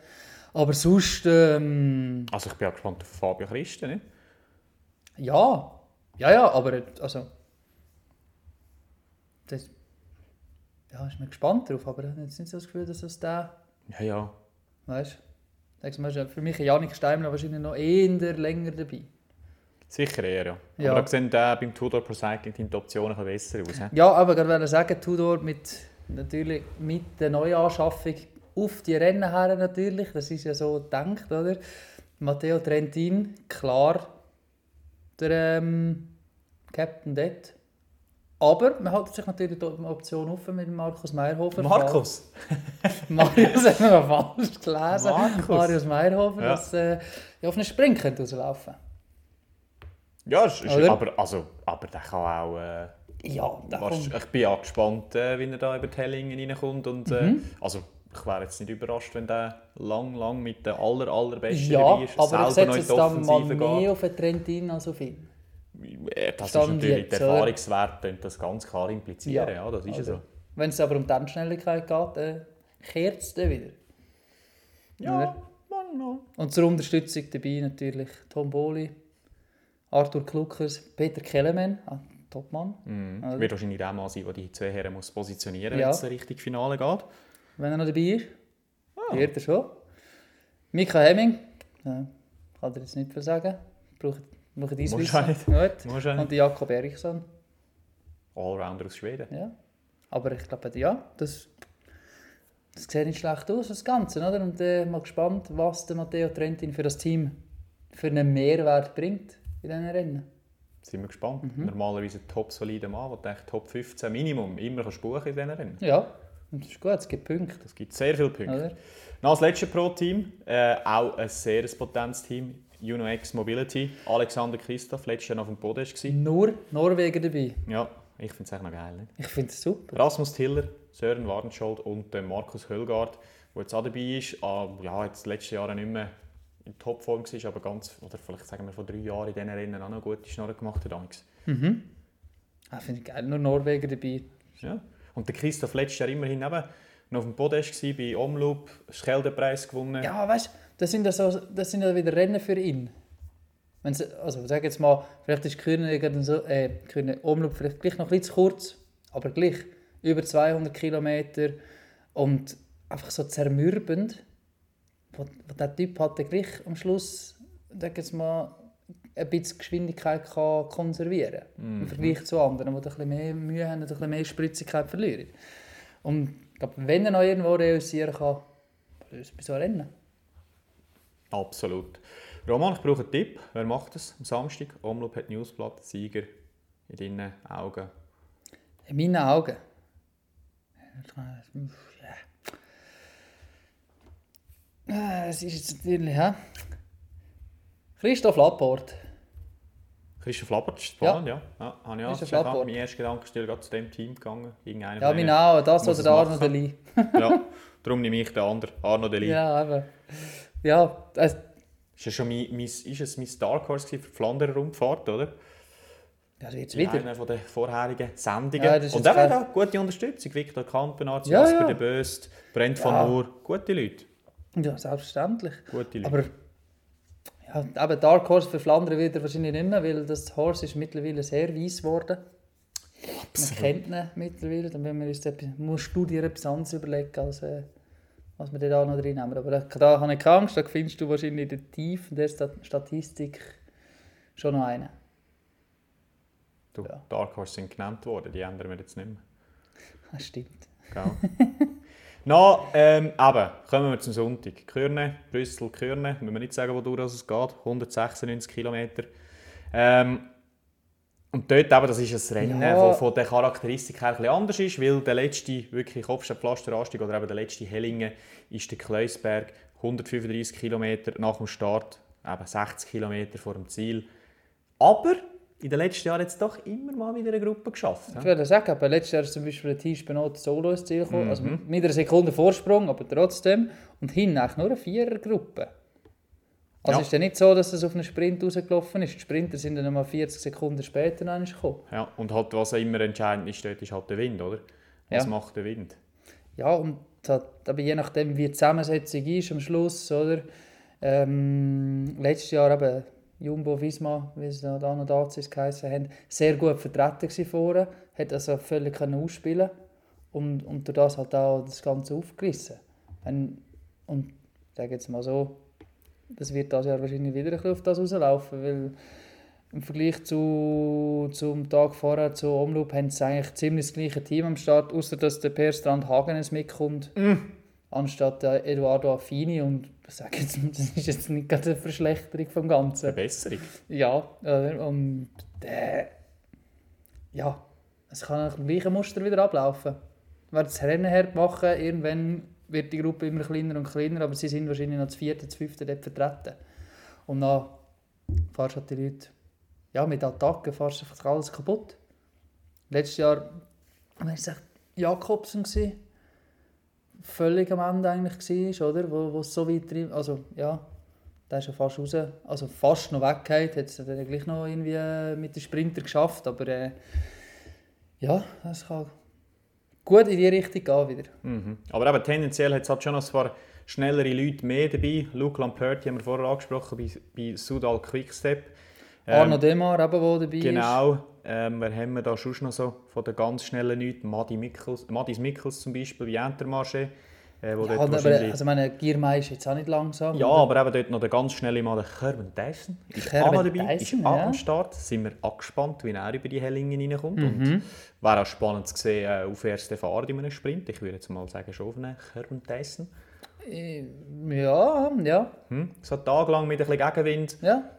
Speaker 3: Aber sonst, ähm,
Speaker 2: Also ich bin auch gespannt auf Fabio Christen. Ne?
Speaker 3: ja. Ja, ja, aber also... Das, ja, ist mir gespannt drauf, aber ich habe jetzt nicht so das Gefühl, dass das der...
Speaker 2: Ja, ja.
Speaker 3: Weißt du? Für mich ist Janik Steimler wahrscheinlich noch eher länger dabei.
Speaker 2: Sicher eher, ja.
Speaker 3: Ja.
Speaker 2: Aber da sehen da beim Tudor Pro Cycling Team die Optionen ein bisschen besser aus. He?
Speaker 3: Ja, aber gerade wollte sagen, Tudor mit, natürlich mit der Neuanschaffung auf die Rennen her natürlich, das ist ja so gedacht, oder? Matteo Trentin, klar, der ähm, Captain dort. Aber man hält sich natürlich die Option offen mit Markus Meierhofer.
Speaker 2: Markus!
Speaker 3: Marius haben wir falsch gelesen.
Speaker 2: Markus.
Speaker 3: Marius Meierhofer,
Speaker 2: Ja.
Speaker 3: dass äh, ja, auf einen Spring könnte rauslaufen.
Speaker 2: Ja, ist, ist,
Speaker 3: Oder?
Speaker 2: aber, also, aber der kann auch... Äh,
Speaker 3: Ja, da
Speaker 2: was,
Speaker 3: kommt.
Speaker 2: ich bin auch gespannt, äh, wie er da über die Hellingen reinkommt. Und, äh,
Speaker 3: Mhm.
Speaker 2: also, ich wäre jetzt nicht überrascht, wenn der lang, lang mit der aller, allerbesten
Speaker 3: Ja,
Speaker 2: dabei ist.
Speaker 3: aber ich
Speaker 2: selber noch
Speaker 3: setze
Speaker 2: in die
Speaker 3: jetzt da mal
Speaker 2: Offensive
Speaker 3: mehr auf den Trentin als auf ihn.
Speaker 2: geht. Äh, Das ist
Speaker 3: Stand
Speaker 2: natürlich der
Speaker 3: jetzt, oder?
Speaker 2: Erfahrungswert, und das ganz klar implizieren. Ja, das ist ja so.
Speaker 3: Wenn es also, aber um die Endschnelligkeit geht, äh, kehrt es dann wieder.
Speaker 2: Ja, man, man.
Speaker 3: Und zur Unterstützung dabei natürlich Tom Boli, Arthur Kluckers, Peter Kellemann, ah, Topmann.
Speaker 2: Es Mhm. wird wahrscheinlich der Mann sein, der die zwei Herren muss positionieren muss,
Speaker 3: Ja.
Speaker 2: wenn es richtig Finale geht.
Speaker 3: Wenn er noch dabei ist,
Speaker 2: Ah.
Speaker 3: wird er schon. Mika Hemming, äh, kann er jetzt nicht viel sagen. Braucht, braucht dein
Speaker 2: Muss halt. auch
Speaker 3: Wissen.
Speaker 2: nicht. Muss auch
Speaker 3: Gut.
Speaker 2: nicht.
Speaker 3: Und Jakob Eriksson.
Speaker 2: Allrounder aus Schweden.
Speaker 3: Ja. Aber ich glaube, ja, das, das sieht nicht schlecht aus, das Ganze. Oder? Und äh, mal gespannt, was der Matteo Trentin für das Team für einen Mehrwert bringt in diesen Rennen.
Speaker 2: Sind wir gespannt. Normalerweise ein top solider Mann, der denkt, Top 15 Minimum immer kannst du buchen in diesen Rennen.
Speaker 3: Ja, und das ist gut, es gibt Punkte.
Speaker 2: Das gibt sehr viele Punkte.
Speaker 3: Oder?
Speaker 2: Noch das letzte Pro-Team, äh, auch ein sehr potentes Team, Juno X Mobility. Alexander Christoph, letztes Jahr noch auf dem Podest. Gewesen.
Speaker 3: Nur Norwegen dabei.
Speaker 2: Ja, ich finde es echt noch geil. Nicht?
Speaker 3: Ich finde es super.
Speaker 2: Rasmus Tiller, Sören Warnschold und äh, Markus Höllgaard, der jetzt auch dabei ist. Ah, ja, jetzt letztes Jahr nicht mehr in Topform war, aber ganz, oder vielleicht sagen wir vor drei Jahren in diesen Rennen auch noch gute Schnorren gemacht hat. damals.
Speaker 3: Ah, finde ich geil, nur Norwegen dabei.
Speaker 2: Ja. Und der Christoph letztes Jahr immerhin eben noch auf dem Podest gewesen, bei Omloop, Scheldenpreis gewonnen.
Speaker 3: Ja, weißt du, das sind ja, so, das sind ja wieder Rennen für ihn. Wenn's, also, sag jetzt mal, vielleicht ist Kühne so, äh, Kühne Umlauf vielleicht gleich noch ein bisschen zu kurz, aber gleich. Über 200 Kilometer und einfach so zermürbend. wo- wo der Typ hat dann gleich am Schluss, sag jetzt mal, ein bisschen Geschwindigkeit kann konservieren im Vergleich zu anderen, die ein bisschen mehr Mühe haben und ein bisschen mehr Spritzigkeit verlieren. Und ich glaube, wenn er noch irgendwo realisieren kann, dann ist es bei so Rennen.
Speaker 2: Absolut. Roman, ich brauche einen Tipp. Wer macht das am Samstag? Omloop hat Newsblatt, Sieger in deinen Augen.
Speaker 3: In meinen Augen. Ich kann- uff, ja. Äh, Es ist jetzt natürlich, ja. Christoph Laporte.
Speaker 2: Christoph Lappert ist Spanien, ja. Ah, ja. habe ich auch
Speaker 3: Christoph
Speaker 2: schon gehabt.
Speaker 3: Lappert.
Speaker 2: Mein erster Gedanke ist gerade zu dem Team gegangen. Irgendeiner
Speaker 3: Ja,
Speaker 2: von
Speaker 3: mein
Speaker 2: denen.
Speaker 3: auch. Das
Speaker 2: muss
Speaker 3: oder
Speaker 2: es
Speaker 3: der Arno
Speaker 2: machen.
Speaker 3: Deli.
Speaker 2: Ja, darum nehme ich den anderen. Arno Deli.
Speaker 3: Ja, eben. Ja, äh,
Speaker 2: Ist, ja schon mein, mein, ist es mein Dark Horse gewesen für die Flandern-Rundfahrt, oder?
Speaker 3: das wird jetzt
Speaker 2: In
Speaker 3: wieder.
Speaker 2: einer von den vorherigen Sendungen.
Speaker 3: Ja, das ist
Speaker 2: Und
Speaker 3: jetzt
Speaker 2: er hat
Speaker 3: fair.
Speaker 2: auch gute Unterstützung. Victor Kampenarzt,
Speaker 3: Ja,
Speaker 2: Jasper
Speaker 3: ja.
Speaker 2: de Böst, Brent van
Speaker 3: Ja.
Speaker 2: Moor. Gute Leute.
Speaker 3: Ja, selbstverständlich.
Speaker 2: Gute Leute.
Speaker 3: Aber ja, eben Dark Horse für Flandern wieder wahrscheinlich nicht mehr, weil das Horse ist mittlerweile sehr weiss geworden. Man kennt ihn mittlerweile. Dann müssen wir uns etwas, musst du dir etwas anderes überlegen, als äh, was wir da noch reinnehmen. Aber da, da habe ich keine Angst, da findest du wahrscheinlich in der Tiefe der Stat- Statistik schon noch einen.
Speaker 2: du,
Speaker 3: ja.
Speaker 2: Dark Horse sind genannt worden, die ändern wir jetzt nicht mehr.
Speaker 3: Das stimmt.
Speaker 2: Genau. Na, ähm, eben, kommen wir zum Sonntag. Kürne, Brüssel, Kürne, müssen wir nicht sagen, wo durch es geht, 196 Kilometer. Ähm, und dort eben, das ist ein Rennen,
Speaker 3: Ja.
Speaker 2: wo von der Charakteristik her ein bisschen anders ist, weil der letzte wirklich Kopfsteinpflasteranstieg oder eben der letzte Hellingen ist der Kleusberg, 135 Kilometer nach dem Start, eben 60 Kilometer vor dem Ziel. Aber in den letzten Jahren hat es doch immer mal wieder eine Gruppe geschafft.
Speaker 3: Ich
Speaker 2: Ja?
Speaker 3: würde sagen, aber letztes Jahr ist zum Beispiel der Tisch Benot solo ins Ziel gekommen. Also
Speaker 2: Mhm.
Speaker 3: mit einer Sekunde Vorsprung, aber trotzdem. Und hinten eigentlich nur eine Vierergruppe. Also
Speaker 2: Ja.
Speaker 3: ist ja nicht so, dass es auf einen Sprint rausgelaufen ist. Die Sprinter sind dann mal 40 Sekunden später noch einmal gekommen.
Speaker 2: Ja, und halt, was auch immer entscheidend ist, dort ist halt der Wind, oder? Was
Speaker 3: Ja.
Speaker 2: macht der Wind?
Speaker 3: Ja, und das, aber je nachdem, wie die Zusammensetzung ist am Schluss, oder? Ähm, letztes Jahr eben Jumbo Visma, wie es da da noch Nazis geheißen haben, sehr gut vertreten gewesen vorne, hat also völlig können ausspielen und, und durch das hat auch das Ganze aufgerissen. Wenn, und ich sage jetzt mal so, das wird das Jahr wahrscheinlich wieder ein bisschen auf das rauslaufen, weil im Vergleich zu, zum Tag vorher, zu Omloop, haben sie eigentlich ziemlich das gleiche Team am Start, außer dass der Per Strand Hagenes mitkommt, anstatt der Eduardo Affini. Und ich sage jetzt, das ist jetzt nicht gerade eine Verschlechterung vom Ganzen.
Speaker 2: Eine Besserung.
Speaker 3: Ja, äh, und äh, ja, es kann nach dem gleichen Muster wieder ablaufen. Wenn das Rennen hart machen, irgendwann wird die Gruppe immer kleiner und kleiner, aber sie sind wahrscheinlich noch zu vierten, zu fünften dort vertreten. Und dann fahrst du halt die Leute, ja, mit Attacken fahrst du einfach alles kaputt. Letztes Jahr war es echt Jakobsen, gewesen, völlig am Ende eigentlich war, oder? Wo, wo es so weit drin, also ja, der ist ja fast raus, also fast noch weggehauen, hat es dann gleich noch irgendwie äh, mit dem Sprinter geschafft, aber äh, ja, das kann gut in die Richtung gehen wieder.
Speaker 2: Mhm. Aber eben, tendenziell hat es halt schon noch ein paar schnellere Leute mehr dabei. Luke Lamperti haben wir vorher angesprochen, bei, bei Sudal Quickstep.
Speaker 3: Arno Demar eben, der dabei ist.
Speaker 2: Ähm, Genau. Ähm, wer haben wir da schon noch so von den ganz schnellen Leuten? Madi Mikkels, Madis Mikkels zum Beispiel, bei Entermarché. Äh, wo
Speaker 3: Ja,
Speaker 2: dort
Speaker 3: aber,
Speaker 2: wahrscheinlich-
Speaker 3: also meine, Giermeier ist jetzt auch nicht langsam.
Speaker 2: Ja, aber eben dort noch der ganz schnelle Mann, der Kerben Dyson. Ist
Speaker 3: Kerben
Speaker 2: auch noch dabei,
Speaker 3: Dyson,
Speaker 2: ist auch
Speaker 3: ja.
Speaker 2: am Start. Sind wir angespannt, wie er über die Hellingen reinkommt.
Speaker 3: Mhm.
Speaker 2: Und wäre auch spannend zu sehen, äh, auf erste Fahrt in einem Sprint. Ich würde jetzt mal sagen, schon auf einen Kerben Dyson.
Speaker 3: Äh, Ja, ja,
Speaker 2: Hm? So tagelang mit ein bisschen Gegenwind.
Speaker 3: ja.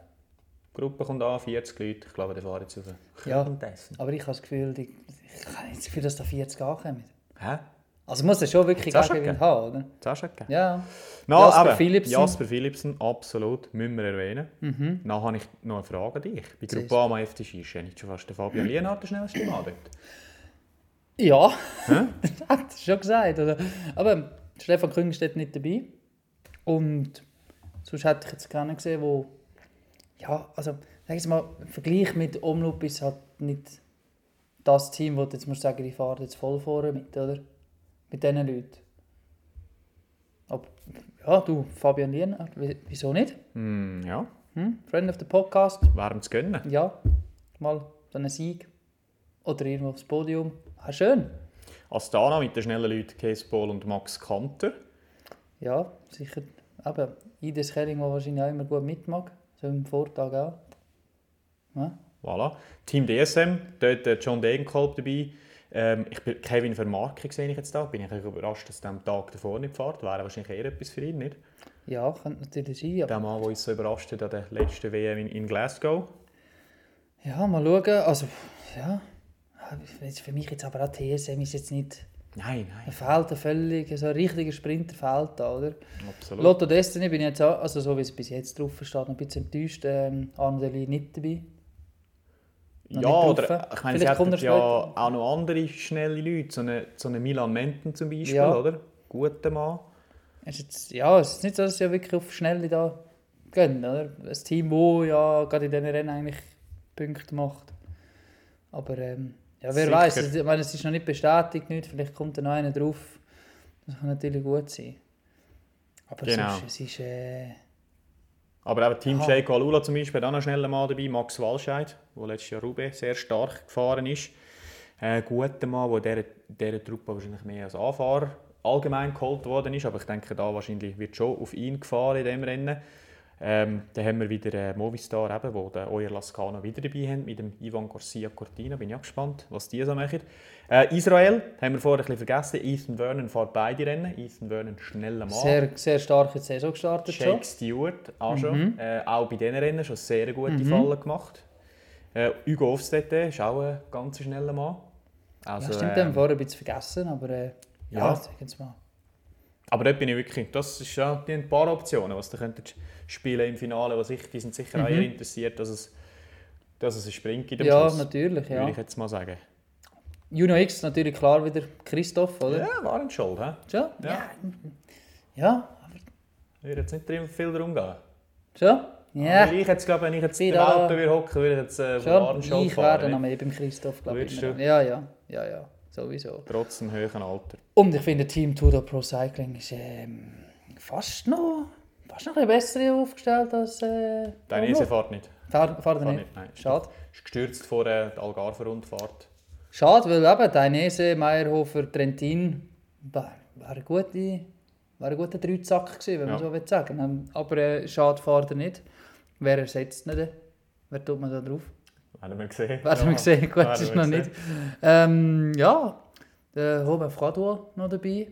Speaker 2: Die Gruppe kommt an, 40 Leute. Ich glaube, der fahren jetzt auf einen
Speaker 3: Ja.
Speaker 2: Kerben Dyson.
Speaker 3: Aber ich habe das Gefühl, die, ich habe jetzt das Gefühl, dass da 40 ankommen.
Speaker 2: Hä?
Speaker 3: Also muss er schon wirklich
Speaker 2: Das hast du
Speaker 3: Gegenwind
Speaker 2: gegeben.
Speaker 3: haben, oder?
Speaker 2: Das hast du gegeben.
Speaker 3: Ja.
Speaker 2: No,
Speaker 3: Jasper
Speaker 2: aber,
Speaker 3: Philipsen. Mhm.
Speaker 2: Jasper Philipsen, absolut, müssen wir erwähnen. Dann habe ich noch eine Frage an dich. Bei Gruppe A am FTC ist ja nicht schon fast der Fabian Lienhardt der schnellste Mann dort.
Speaker 3: Ja, das hat er schon gesagt. Oder? Aber Stefan Küng steht nicht dabei. Und sonst hätte ich jetzt gerne gesehen, wo. Ja, also, sag ich mal, im Vergleich mit Omloop ist halt nicht das Team, wo du jetzt musst sagen, die fahren jetzt voll vorne mit, oder? Mit diesen Leuten. Aber, ja, du, Fabian Lien, w- wieso nicht?
Speaker 2: Hm, ja.
Speaker 3: Hm? Friend of the Podcast,
Speaker 2: Wärm zu gönnen.
Speaker 3: ja, mal so einen Sieg. Oder irgendwo aufs Podium. Ah, schön.
Speaker 2: Astana mit den schnellen Leuten Case Paul und Max Kanter.
Speaker 3: Ja, sicher. eben, Ida Schelling, der wahrscheinlich auch immer gut mitmacht, so im Vortag auch. Ja.
Speaker 2: Voilà. Team DSM, dort äh, John Degenkolb dabei. Ähm, ich bin Kevin Vermarke sehe ich jetzt da. Bin ich eigentlich überrascht, dass der am Tag davor nicht fährt. Wäre wahrscheinlich eher etwas für ihn, nicht?
Speaker 3: ja, könnte natürlich sein. Aber
Speaker 2: Der Mann, der uns so überrascht hat an der letzten WM in, in Glasgow.
Speaker 3: ja, mal schauen. Also, ja. Jetzt Für mich jetzt aber auch TSM ist jetzt nicht.
Speaker 2: Nein,
Speaker 3: Er
Speaker 2: nein,
Speaker 3: fehlt da völlig. So ein richtiger Sprinter fehlt da, oder?
Speaker 2: absolut.
Speaker 3: Lotto Destiny bin ich jetzt auch, also so wie es bis jetzt drauf steht, noch ein bisschen enttäuscht. Ähm, Annelie nicht dabei. noch
Speaker 2: ja,
Speaker 3: nicht
Speaker 2: oder
Speaker 3: drauf.
Speaker 2: ich meine, sie
Speaker 3: Vielleicht kommt
Speaker 2: hat
Speaker 3: er
Speaker 2: ja
Speaker 3: später.
Speaker 2: auch noch andere schnelle Leute. So einen so eine Milan Menten zum Beispiel,
Speaker 3: Ja.
Speaker 2: oder? Guter Mann.
Speaker 3: Es ist jetzt, ja, es ist nicht so, dass sie wirklich auf Schnelle da gehen, oder? Ein Team, das ja gerade in diesen Rennen eigentlich Punkte macht. Aber ähm, ja, wer
Speaker 2: Sicher.
Speaker 3: weiß, ich meine, es ist noch nicht bestätigt, nicht. vielleicht kommt da noch einer drauf. Das kann natürlich gut sein. Aber
Speaker 2: Genau.
Speaker 3: sonst, es ist... Äh,
Speaker 2: Aber eben Team
Speaker 3: Aha.
Speaker 2: Jake Alula zum Beispiel, hat auch noch schnell mal dabei. Max Walscheid, der letztes Jahr Roubaix sehr stark gefahren ist. Äh, Ein guter Mann, der dieser, dieser Truppe wahrscheinlich mehr als Anfahrer allgemein geholt worden ist. Aber ich denke, da wahrscheinlich wird schon auf ihn gefahren in diesem Rennen. Ähm, dann haben wir wieder äh, Movistar, eben, wo der Euer Lascano wieder dabei haben, mit dem Ivan Garcia Cortina. Bin ich auch gespannt, was die so machen. Äh, Israel, haben wir vorher ein bisschen vergessen. Ethan Vernon fährt beide Rennen. Ethan Vernon schneller Mann.
Speaker 3: sehr, sehr starke Saison gestartet schon. Mhm.
Speaker 2: Jake Stewart auch schon. Äh, auch bei diesen Rennen schon sehr gute Fallen gemacht. Äh, Hugo Hofstedt äh, ist auch ein ganz schneller Mann. Also,
Speaker 3: ja, stimmt,
Speaker 2: ähm,
Speaker 3: den haben wir vorher ein bisschen vergessen, aber äh, ja,
Speaker 2: ja.
Speaker 3: sag jetzt mal.
Speaker 2: aber dort bin ich wirklich, das ist ja die haben ein paar Optionen, was ihr könntet spielen im Finale, was ich, die sind sicher auch eher interessiert, dass es, dass es einen Sprint gibt am
Speaker 3: Mhm. Ja,
Speaker 2: Schluss,
Speaker 3: natürlich,
Speaker 2: würde
Speaker 3: ja.
Speaker 2: ich jetzt mal sagen.
Speaker 3: Juno X natürlich klar wieder Christoph, oder?
Speaker 2: Ja, war ein Schuld, hä?
Speaker 3: Schon?
Speaker 2: Ja.
Speaker 3: Ja,
Speaker 2: Würde jetzt nicht drin viel darum gehen.
Speaker 3: schon? Ja,
Speaker 2: Aber ich jetzt, glaube wenn ich jetzt
Speaker 3: Bin
Speaker 2: im
Speaker 3: da.
Speaker 2: Auto würde hocken, würde ich jetzt äh, von
Speaker 3: schon.
Speaker 2: Warnschold
Speaker 3: Ich
Speaker 2: fahren,
Speaker 3: werde
Speaker 2: nicht?
Speaker 3: noch mehr beim Christoph, glaube ich.
Speaker 2: Würdest
Speaker 3: immer
Speaker 2: du?
Speaker 3: noch. Ja, ja, ja, ja, sowieso.
Speaker 2: Trotz dem hohen Alter.
Speaker 3: Und ich finde, Team Tudor Pro Cycling ist ähm, fast noch fast noch ein bisschen besser aufgestellt als... Äh,
Speaker 2: Deine Easy fährt nicht.
Speaker 3: Fahr, fahr
Speaker 2: Kann
Speaker 3: nicht.
Speaker 2: nicht, nein.
Speaker 3: Schade.
Speaker 2: Ist gestürzt vor äh, der Algarve-Rundfahrt.
Speaker 3: Schade, weil eben Dainese, Meierhofer, Trentin war, war ein guter, war ein guter Dreizack gewesen, wenn
Speaker 2: Ja.
Speaker 3: man so will sagen. Ähm, Aber äh, schade fährt er nicht. Wer ersetzt ihn denn? Wer tut man da drauf?
Speaker 2: Haben wir gesehen.
Speaker 3: Werden wir sehen, gut, das
Speaker 2: werden
Speaker 3: ist
Speaker 2: wir
Speaker 3: noch nicht. Ähm, ja, der Robin Frador noch dabei.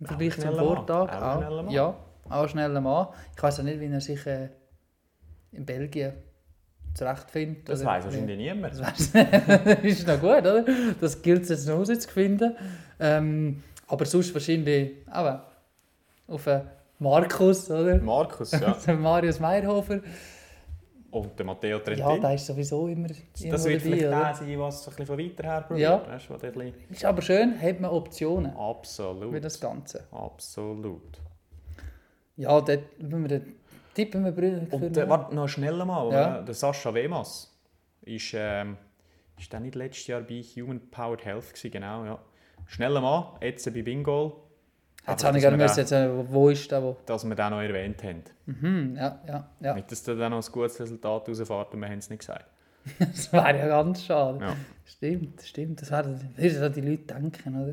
Speaker 3: Im Vergleich zum
Speaker 2: schneller Mann.
Speaker 3: Vortag.
Speaker 2: Auch schneller Mann.
Speaker 3: ja, auch schneller Mann. Ich weiß auch nicht, wie er sich äh, in Belgien zurechtfindet.
Speaker 2: Das
Speaker 3: oder
Speaker 2: weiß
Speaker 3: wie-
Speaker 2: wahrscheinlich niemand.
Speaker 3: das weiss nicht. ist noch gut, oder? Das gilt es jetzt noch herauszufinden. Ähm, aber sonst wahrscheinlich eben auf äh, Markus, oder?
Speaker 2: Markus, ja.
Speaker 3: Der Marius Meyerhofer.
Speaker 2: Und der Matteo
Speaker 3: Ja,
Speaker 2: Trentin.
Speaker 3: der ist sowieso immer, immer
Speaker 2: das wird vielleicht
Speaker 3: oder?
Speaker 2: der sein, was so ein bisschen von weiter her probiert.
Speaker 3: Ja.
Speaker 2: Weißt du, was der ein bisschen-
Speaker 3: Ist aber schön, hat man Optionen für
Speaker 2: Absolut.
Speaker 3: das Ganze.
Speaker 2: Absolut.
Speaker 3: Ja, dort wenn wir den tippen wir Brüder.
Speaker 2: Und äh, warte, noch schnell mal.
Speaker 3: Ja.
Speaker 2: äh, Der Sascha Wemas ist, ähm, ist der nicht letztes Jahr bei Human Powered Health gewesen, genau, ja. Schneller mal, jetzt bei Bingol.
Speaker 3: jetzt
Speaker 2: Einfach,
Speaker 3: habe ich
Speaker 2: dass
Speaker 3: gerade
Speaker 2: wir
Speaker 3: müssen,
Speaker 2: den-
Speaker 3: jetzt, äh, wo- wo ist der? Wo?
Speaker 2: Dass wir den noch erwähnt haben.
Speaker 3: Mhm, ja, ja, ja.
Speaker 2: Nicht, dass da dann noch ein gutes Resultat rausfährt und wir haben es nicht gesagt.
Speaker 3: Das wäre ja ganz schade.
Speaker 2: Ja.
Speaker 3: Stimmt, stimmt. Das werden würden an die Leute denken, oder?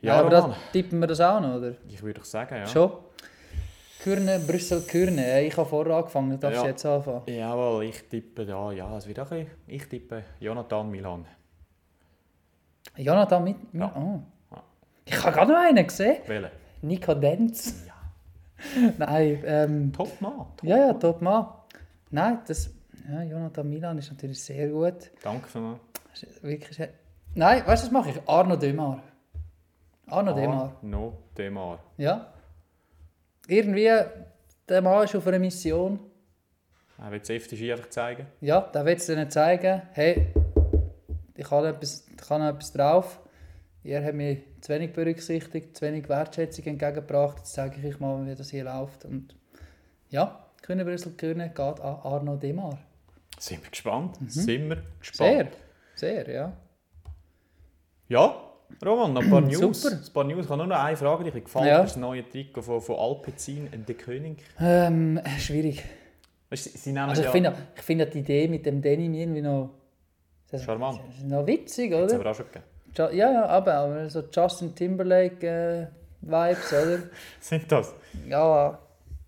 Speaker 3: Ja,
Speaker 2: Ja,
Speaker 3: aber
Speaker 2: Roman,
Speaker 3: das tippen wir das auch noch, oder?
Speaker 2: ich würde doch sagen, ja.
Speaker 3: Schon? Kürne, Brüssel, Kürne. Ich habe vorher angefangen, du darfst
Speaker 2: Ja.
Speaker 3: jetzt anfangen.
Speaker 2: Jawohl, ich tippe da, ja, es wird auch ein bisschen, ich tippe Jonathan Milan.
Speaker 3: Jonathan mit. mit
Speaker 2: Ja.
Speaker 3: Oh.
Speaker 2: Ja.
Speaker 3: Ich habe gerade noch einen gesehen.
Speaker 2: Wählen.
Speaker 3: Nico Denz.
Speaker 2: Ja.
Speaker 3: Nein, ähm,
Speaker 2: Top Mann. Top.
Speaker 3: ja, ja, top Mann. Nein, das, ja, Jonathan Milan ist natürlich sehr gut.
Speaker 2: Danke für mal.
Speaker 3: Das ist Wirklich sehr, nein, weißt du, was mache ich? Arno Dömar. Arno
Speaker 2: Ah.
Speaker 3: Dömar,
Speaker 2: No Demar.
Speaker 3: ja. Irgendwie, der Mann ist auf einer Mission.
Speaker 2: Er will das FDG einfach zeigen.
Speaker 3: Ja, da willst du ihnen zeigen, hey, ich habe etwas, ich habe noch etwas drauf. Ihr habt mich zu wenig berücksichtigt, zu wenig Wertschätzung entgegengebracht. Jetzt zeige ich euch mal, wie das hier läuft. Und ja, Können Brüssel Können geht an Arno Demar.
Speaker 2: Sind wir gespannt? Sind wir
Speaker 3: Mhm. Sehr,
Speaker 2: gespannt?
Speaker 3: sehr, ja.
Speaker 2: Ja, Roman, noch ein paar News.
Speaker 3: Super.
Speaker 2: Ein paar News. Ich habe nur noch eine Frage. die Ich gefällt
Speaker 3: Ja.
Speaker 2: mir das neue Trikot von, von Alpecin, der König.
Speaker 3: Ähm, schwierig.
Speaker 2: Weißt, du, sie nehmen
Speaker 3: Also ich
Speaker 2: ja...
Speaker 3: finde ich finde die Idee mit dem Denim irgendwie noch... das-
Speaker 2: Charmant.
Speaker 3: das ist Noch witzig,
Speaker 2: Das
Speaker 3: oder?
Speaker 2: aber auch schon gegeben.
Speaker 3: Ja, ja, aber, aber so Justin Timberlake, äh, Vibes, oder?
Speaker 2: Sind das?
Speaker 3: Ja,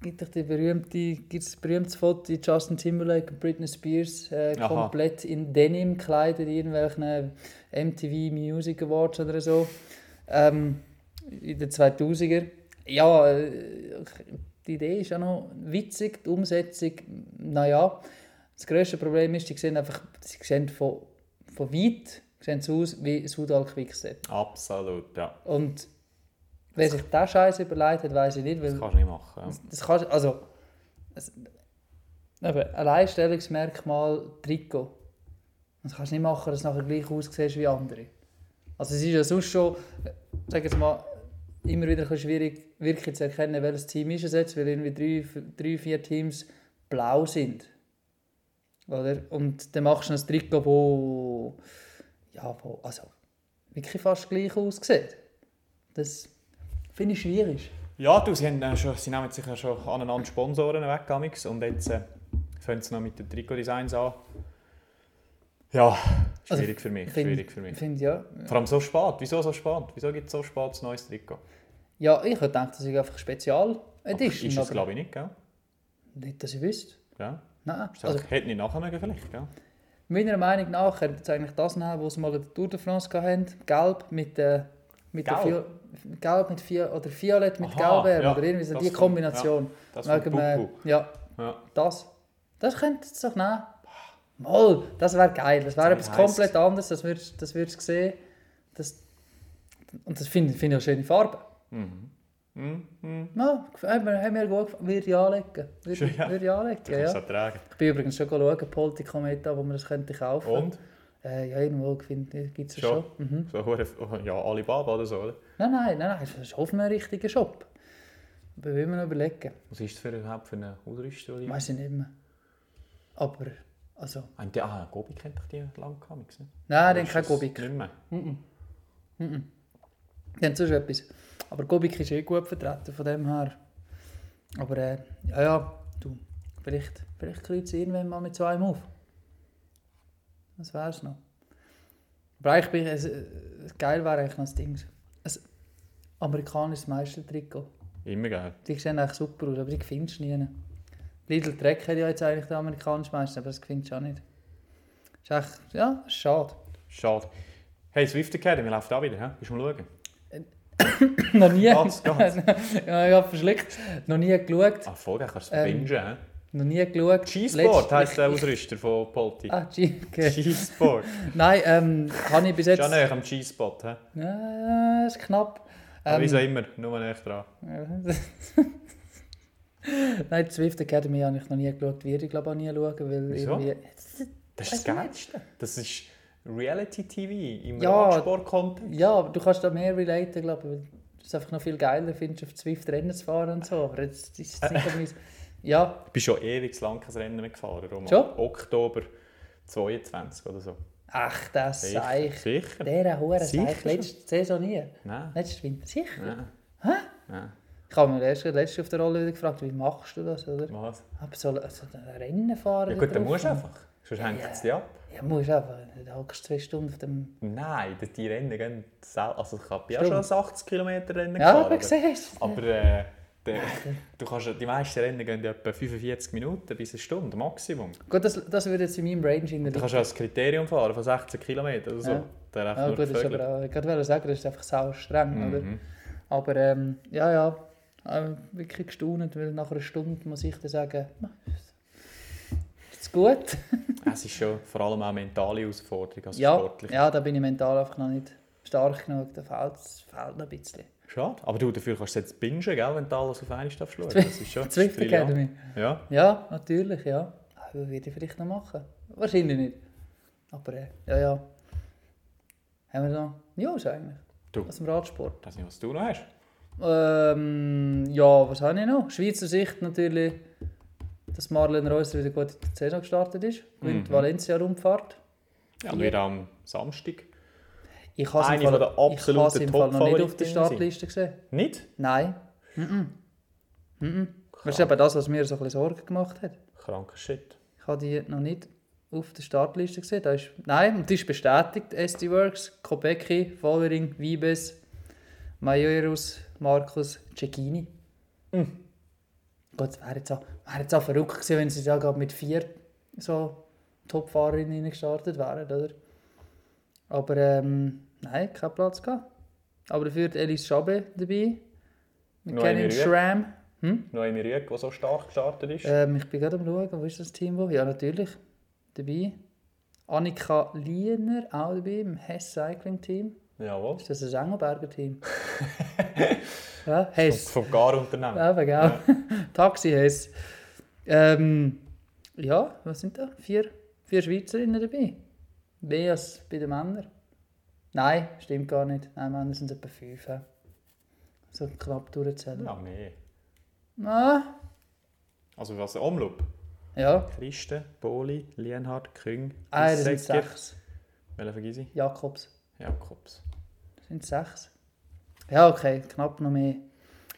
Speaker 3: gibt doch die berühmte, gibt's das berühmte Foto in Justin Timberlake und Britney Spears äh,
Speaker 2: Aha.
Speaker 3: komplett in Denim gekleidet, in irgendwelchen MTV Music Awards oder so. Ähm, in den 2000er. Ja, äh, die Idee ist ja noch witzig, die Umsetzung, naja. Das grösste Problem ist, die sehen einfach, sie sehen von, von weit sehen sie aus wie Sudal Quickstep.
Speaker 2: Absolut, ja.
Speaker 3: Und wer sich diesen Scheiß überlegt hat, weiß ich nicht,
Speaker 2: Das
Speaker 3: weil
Speaker 2: kannst du nicht machen. Ja.
Speaker 3: das kannst also es, eben, Alleinstellungsmerkmal Trikot. Das kannst du nicht machen, dass du nachher gleich aussiehst wie andere. Also es ist ja sonst schon, äh, sag jetzt mal, immer wieder ein bisschen schwierig wirklich zu erkennen, welches Team ist es jetzt, weil irgendwie drei, f- drei vier Teams blau sind. Oder? Und dann machst du ein Trikot, wo ja, wo, also wirklich fast gleich aussieht. Das finde ich schwierig.
Speaker 2: Ja, du, sie, haben, äh, schon, sie nehmen sicher schon aneinander Sponsoren weg, Amix, und jetzt äh, fangen sie noch mit den Trikotdesigns an. Ja,
Speaker 3: Also,
Speaker 2: schwierig für mich,
Speaker 3: find-
Speaker 2: schwierig für mich.
Speaker 3: Ich finde ja,
Speaker 2: Vor allem so spät, wieso so spät? Wieso gibt es so spät ein neues Trikot?
Speaker 3: Ja, ich hätte gedacht, das ist einfach spezial
Speaker 2: Aber
Speaker 3: Edition,
Speaker 2: ist es
Speaker 3: aber
Speaker 2: glaube ich nicht, gell?
Speaker 3: nicht, dass ich wüsste.
Speaker 2: Ja.
Speaker 3: Nein,
Speaker 2: Ich sag,
Speaker 3: also
Speaker 2: hätte nicht nachher mögen vielleicht, gell?
Speaker 3: meiner Meinung nach könnte jetzt eigentlich das nehmen, was sie mal in der Tour de France hatten. Gelb mit, äh, mit der
Speaker 2: Gelb?
Speaker 3: Vio- Gelb mit Vio oder Violett mit
Speaker 2: Aha,
Speaker 3: Gelbär
Speaker 2: ja,
Speaker 3: oder irgendwie so
Speaker 2: das
Speaker 3: die
Speaker 2: kommt-
Speaker 3: Kombination.
Speaker 2: Das
Speaker 3: Wegen
Speaker 2: von
Speaker 3: dem,
Speaker 2: Pupu.
Speaker 3: äh, ja,
Speaker 2: Ja.
Speaker 3: das. Das könnte es doch nehmen. Mal, das wäre geil. Das wäre
Speaker 2: Jetzt
Speaker 3: etwas
Speaker 2: hab ich
Speaker 3: komplett anderes, das würdest du das würdest sehen. Das, und das finde find ich auch schöne Farbe.
Speaker 2: Mhm, mhm.
Speaker 3: Ja, gef- hat mir, hat mir gut gefallen. Würde ich anlegen. Würde,
Speaker 2: Ja.
Speaker 3: würde ich anlegen,
Speaker 2: Du kannst es
Speaker 3: ja.
Speaker 2: auch tragen.
Speaker 3: Ich bin übrigens schon schauen, Poltikometa, wo man das könnte kaufen
Speaker 2: Und?
Speaker 3: Äh, ja, irgendwo gibt es
Speaker 2: Oh. Schon?
Speaker 3: schon. Mhm.
Speaker 2: So, hure- ja, Alibaba oder so, oder?
Speaker 3: Nein, nein, nein, nein, das ist auf einem richtigen Shop. Aber ich will mir noch überlegen.
Speaker 2: Was ist das für, überhaupt für eine Ausrüstung?
Speaker 3: Ich
Speaker 2: Olivia?
Speaker 3: weiß ich nicht mehr. Aber, also,
Speaker 2: Ah, die- Ah, Gobi kennt doch die lange Comics, ne?
Speaker 3: nein,
Speaker 2: Oder
Speaker 3: dann
Speaker 2: ist
Speaker 3: kein
Speaker 2: das
Speaker 3: Gobik.
Speaker 2: Nicht mehr.
Speaker 3: Dann sonst etwas. Aber Gobik ist eh gut vertreten, von dem her. Aber, äh, ja, ja, du, vielleicht, vielleicht kreuzen irgendwann mal mit so einem auf. Das wär's noch. Aber eigentlich bin ich, es, äh, geil wäre eigentlich noch das Ding. Ein amerikanisches Meistertrikot.
Speaker 2: Immer geil.
Speaker 3: Die sehen eigentlich super aus, aber die findest du nie. Lidl Trek hat ja jetzt eigentlich den amerikanischen Meister, aber das findest du auch nicht. Ist echt, ja, ist schade.
Speaker 2: Schade. Hey, Swift Academy läuft auch wieder, hä? Bist du mal schauen?
Speaker 3: noch nie.
Speaker 2: Geht's,
Speaker 3: ja, ich habe verschluckt. Noch nie geschaut.
Speaker 2: Ah, voll geil, kannst du
Speaker 3: Ähm,
Speaker 2: ähm, bingen, hä?
Speaker 3: Noch nie geschaut.
Speaker 2: G-Sport heisst der
Speaker 3: Letztlich-
Speaker 2: Ausrüster von Polti.
Speaker 3: Ah, G, okay.
Speaker 2: G-Sport.
Speaker 3: Nein, ähm, kann ich bis
Speaker 2: Ist
Speaker 3: jetzt.
Speaker 2: auch näher am G-Spot, hä?
Speaker 3: Ja, ist knapp.
Speaker 2: Aber
Speaker 3: Ähm,
Speaker 2: wieso immer? Nur näher dran.
Speaker 3: Nein, die Swift Academy habe ich noch nie geschaut. Werde ich glaube auch nie schauen, weil
Speaker 2: Wieso?
Speaker 3: irgendwie...
Speaker 2: Das ist das
Speaker 3: Weiss
Speaker 2: Geilste. Das ist Reality-TV im
Speaker 3: Ja.
Speaker 2: Radsport-Content.
Speaker 3: Ja, aber du kannst da mehr relaten, glaube ich, weil du es einfach noch viel geiler findest, auf Swift Rennen zu fahren und so. Aber jetzt ist es nicht mein... Ja,
Speaker 2: Ich bin schon ewig lang kein Rennen mehr gefahren, Roman.
Speaker 3: Schon?
Speaker 2: um Oktober 22 oder so.
Speaker 3: ach, das
Speaker 2: Sicher.
Speaker 3: sei ich.
Speaker 2: Sicher?
Speaker 3: Der Hure sei ich
Speaker 2: Sicher.
Speaker 3: letzte Saison nie.
Speaker 2: Nein.
Speaker 3: Letztes Winter, sicher.
Speaker 2: Nein. Nein.
Speaker 3: Ich habe mich erst letztens auf der Rolle wieder gefragt, wie machst du das, oder?
Speaker 2: Was?
Speaker 3: Aber so also ein Rennen fahren...
Speaker 2: Ja gut, dann
Speaker 3: drauf?
Speaker 2: musst du einfach. Sonst hängt es dich ab.
Speaker 3: Ja, musst einfach. Da hockst du zwei Stunden auf dem...
Speaker 2: Nein, das- die Rennen gehen selten. Also ich habe ja schon
Speaker 3: Stimmt.
Speaker 2: 80 km Rennen
Speaker 3: Ja,
Speaker 2: gefahren.
Speaker 3: aber siehst du.
Speaker 2: aber äh, der, du kannst, die meisten Rennen gehen etwa 45 Minuten bis eine Stunde Maximum.
Speaker 3: Gut, das, das würde jetzt in meinem Range in
Speaker 2: Du
Speaker 3: der
Speaker 2: kannst auch das Kriterium fahren von 16 km oder so.
Speaker 3: Ja.
Speaker 2: Der
Speaker 3: Ja, Ah, gut, das ist
Speaker 2: Vögel.
Speaker 3: aber auch, ich wollte sagen, das ist einfach sau streng,
Speaker 2: Mhm.
Speaker 3: oder? Aber ähm, ja, ja, äh, wirklich gestaunt, weil nach einer Stunde muss ich dann sagen, «Ma, ist gut.
Speaker 2: Es ist schon vor allem auch eine mentale Herausforderung als
Speaker 3: Ja,
Speaker 2: sportlich.
Speaker 3: ja, da bin ich mental einfach noch nicht stark genug, da fehlt es fehlt noch ein bisschen.
Speaker 2: Schade. Aber du, dafür kannst du jetzt bingen, gell, wenn du alles auf einmal darfst schauen. Das ist schon
Speaker 3: Zwift
Speaker 2: brillant.
Speaker 3: Academy.
Speaker 2: Ja.
Speaker 3: Ja, natürlich, ja. Ah, Aber würde ich vielleicht noch machen. Wahrscheinlich nicht. Aber äh, ja, ja. Haben wir noch News eigentlich?
Speaker 2: Du.
Speaker 3: Aus dem Radsport.
Speaker 2: Ich weiß nicht, was du noch hast.
Speaker 3: Ähm, ja, was habe ich noch? Schweizer Sicht natürlich, dass Marlen Reusser wieder gut in die Saison gestartet ist. Gewinnt Valencia-Rundfahrt.
Speaker 2: Ja, und wir am Samstag.
Speaker 3: Ich habe es im
Speaker 2: Eine
Speaker 3: Fall,
Speaker 2: von der
Speaker 3: ich habe es
Speaker 2: absoluten
Speaker 3: im Fall noch nicht auf der
Speaker 2: Top-Favoritinnen
Speaker 3: Startliste gesehen.
Speaker 2: Nicht?
Speaker 3: Nein. Mhm. Mhm. Das ist eben das, was mir so ein bisschen Sorgen gemacht hat.
Speaker 2: Kranker Shit.
Speaker 3: Ich habe die noch nicht auf der Startliste gesehen. Da ist, nein, und die ist bestätigt. SD Works, Kobeki, Vollering, Vibes, Majoros, Markus, Cecchini. Gott, es wäre jetzt, auch- wäre jetzt auch verrückt gewesen, wenn sie da gerade mit vier so Topfahrerinnen gestartet wären, oder? Aber ähm, nein, kein Platz gehabt. Aber dafür die Elise Schabe dabei. Wir
Speaker 2: Noemi
Speaker 3: kennen
Speaker 2: Rüegg.
Speaker 3: Schramm.
Speaker 2: Noemi Rüegg, die so stark gestartet ist.
Speaker 3: Ähm, ich bin gerade am schauen, wo ist das Team? Wo? Ja, natürlich. Dabei. Annika Liener auch dabei im Hess Cycling Team.
Speaker 2: Jawohl.
Speaker 3: Ist das ein Engelberger Team? ja, Hess.
Speaker 2: Vom Garunternehmen.
Speaker 3: Ja, Eben, genau. Taxi Hess. Ähm, ja, was sind da? Vier, vier Schweizerinnen dabei. Mehr als bei den Männern. Nein, stimmt gar nicht. Nein, Männer sind es etwa fünf. hä? So knapp durchzählen.
Speaker 2: Ja, mehr.
Speaker 3: Ah,
Speaker 2: Also was? Omloop?
Speaker 3: ja.
Speaker 2: Christen, Boli, Lienhardt, Küng,
Speaker 3: Ah, das sind
Speaker 2: Issäcker.
Speaker 3: sechs.
Speaker 2: Welchen vergesse ich?
Speaker 3: Jakobs.
Speaker 2: Jakobs.
Speaker 3: Das sind sechs. Ja, okay, knapp noch mehr.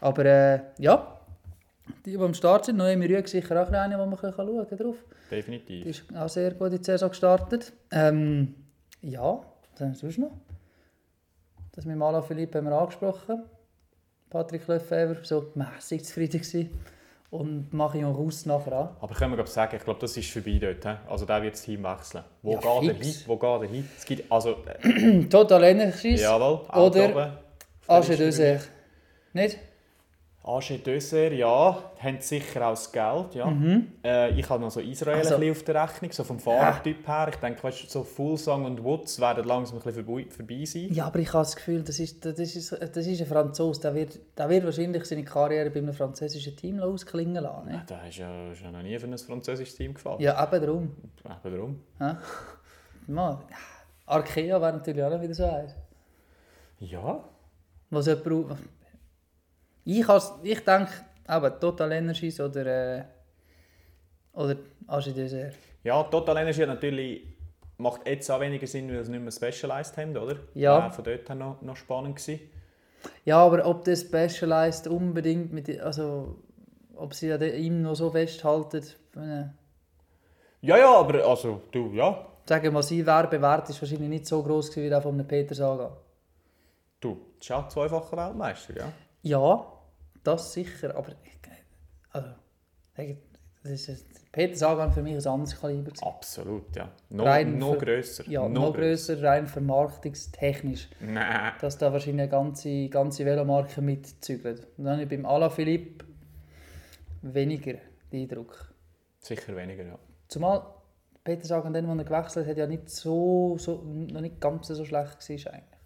Speaker 3: Aber äh, ja, die, die am Start sind, Noemi Rüegg sicher auch eine, wo man kann schauen kann drauf. Die
Speaker 2: Definitiv.
Speaker 3: ist auch sehr gut in die Saison gestartet. Ähm, ja, was haben wir sonst noch? Das mit Malo Philippe haben wir angesprochen. Patrick Lefebvre war so mässig zufrieden. Gewesen. Und Marion Russ nachher an.
Speaker 2: Aber können wir glaub, sagen, ich glaube, das ist vorbei dort. he? Also der wird das Team wechseln. Wo
Speaker 3: Ja,
Speaker 2: geht er hin?
Speaker 3: fix.
Speaker 2: Wo geht er hin? Es gibt, also, äh,
Speaker 3: Total Ah, Energies,
Speaker 2: jawohl,
Speaker 3: Oder Asche Döser. Nicht?
Speaker 2: Ange Döser, ja, haben sicher auch das Geld, ja. Äh, ich habe noch so Israel
Speaker 3: Mhm. Also- Ah.
Speaker 2: ein bisschen auf der Rechnung, so vom Fahrertyp her. Ich denke, weißt, du, so Fullsang und Woods werden langsam ein bisschen vorbei, vorbei sein.
Speaker 3: Ja, aber ich habe das Gefühl, das ist, das ist, das ist ein Franzose. Der wird, der wird wahrscheinlich seine Karriere bei einem französischen Team ausklingen lassen.
Speaker 2: Ja.
Speaker 3: Ne?
Speaker 2: Da ist ja, ist ja noch nie für ein französisches Team gefallen.
Speaker 3: Ja, eben darum.
Speaker 2: Eben darum.
Speaker 3: Ja. Mann, Arkea wäre natürlich auch noch wieder so eins.
Speaker 2: Ja,
Speaker 3: Was jemand au- ich, has, ich denke, aber Total Energies oder, äh, oder Agi Dessert.
Speaker 2: Ja, Total Energy hat natürlich macht jetzt auch weniger Sinn, weil sie nicht mehr Specialized haben, oder?
Speaker 3: Ja.
Speaker 2: Wäre von dort her noch, noch spannend gewesen.
Speaker 3: Ja, aber ob das Specialized unbedingt mit. Also, ob sie an de- ihm noch so festhalten. Äh,
Speaker 2: Ja, ja, aber also, du, ja.
Speaker 3: sagen wir mal, sein Werbewert ist wahrscheinlich nicht so groß wie der von einem Peter Saga.
Speaker 2: Du, bist ja zweifacher Weltmeister, ja?
Speaker 3: Ja, das sicher, aber ich- also, ich- das ist, ein- Peter Sagan für mich ein anderes Kaliber. gewesen.
Speaker 2: Absolut, ja. Noch,
Speaker 3: Rein
Speaker 2: noch
Speaker 3: für-
Speaker 2: grösser.
Speaker 3: Ja, noch grösser, rein vermarktungstechnisch,
Speaker 2: grösser. Nein.
Speaker 3: dass da wahrscheinlich eine ganze, ganze Velomarke mitzügelt. Und dann habe ich beim Alaphilippe weniger den Eindruck.
Speaker 2: Sicher weniger, ja.
Speaker 3: Zumal Peter Sagan, dann, als er gewechselt hat, ja nicht so, so, noch nicht ganz so schlecht war eigentlich.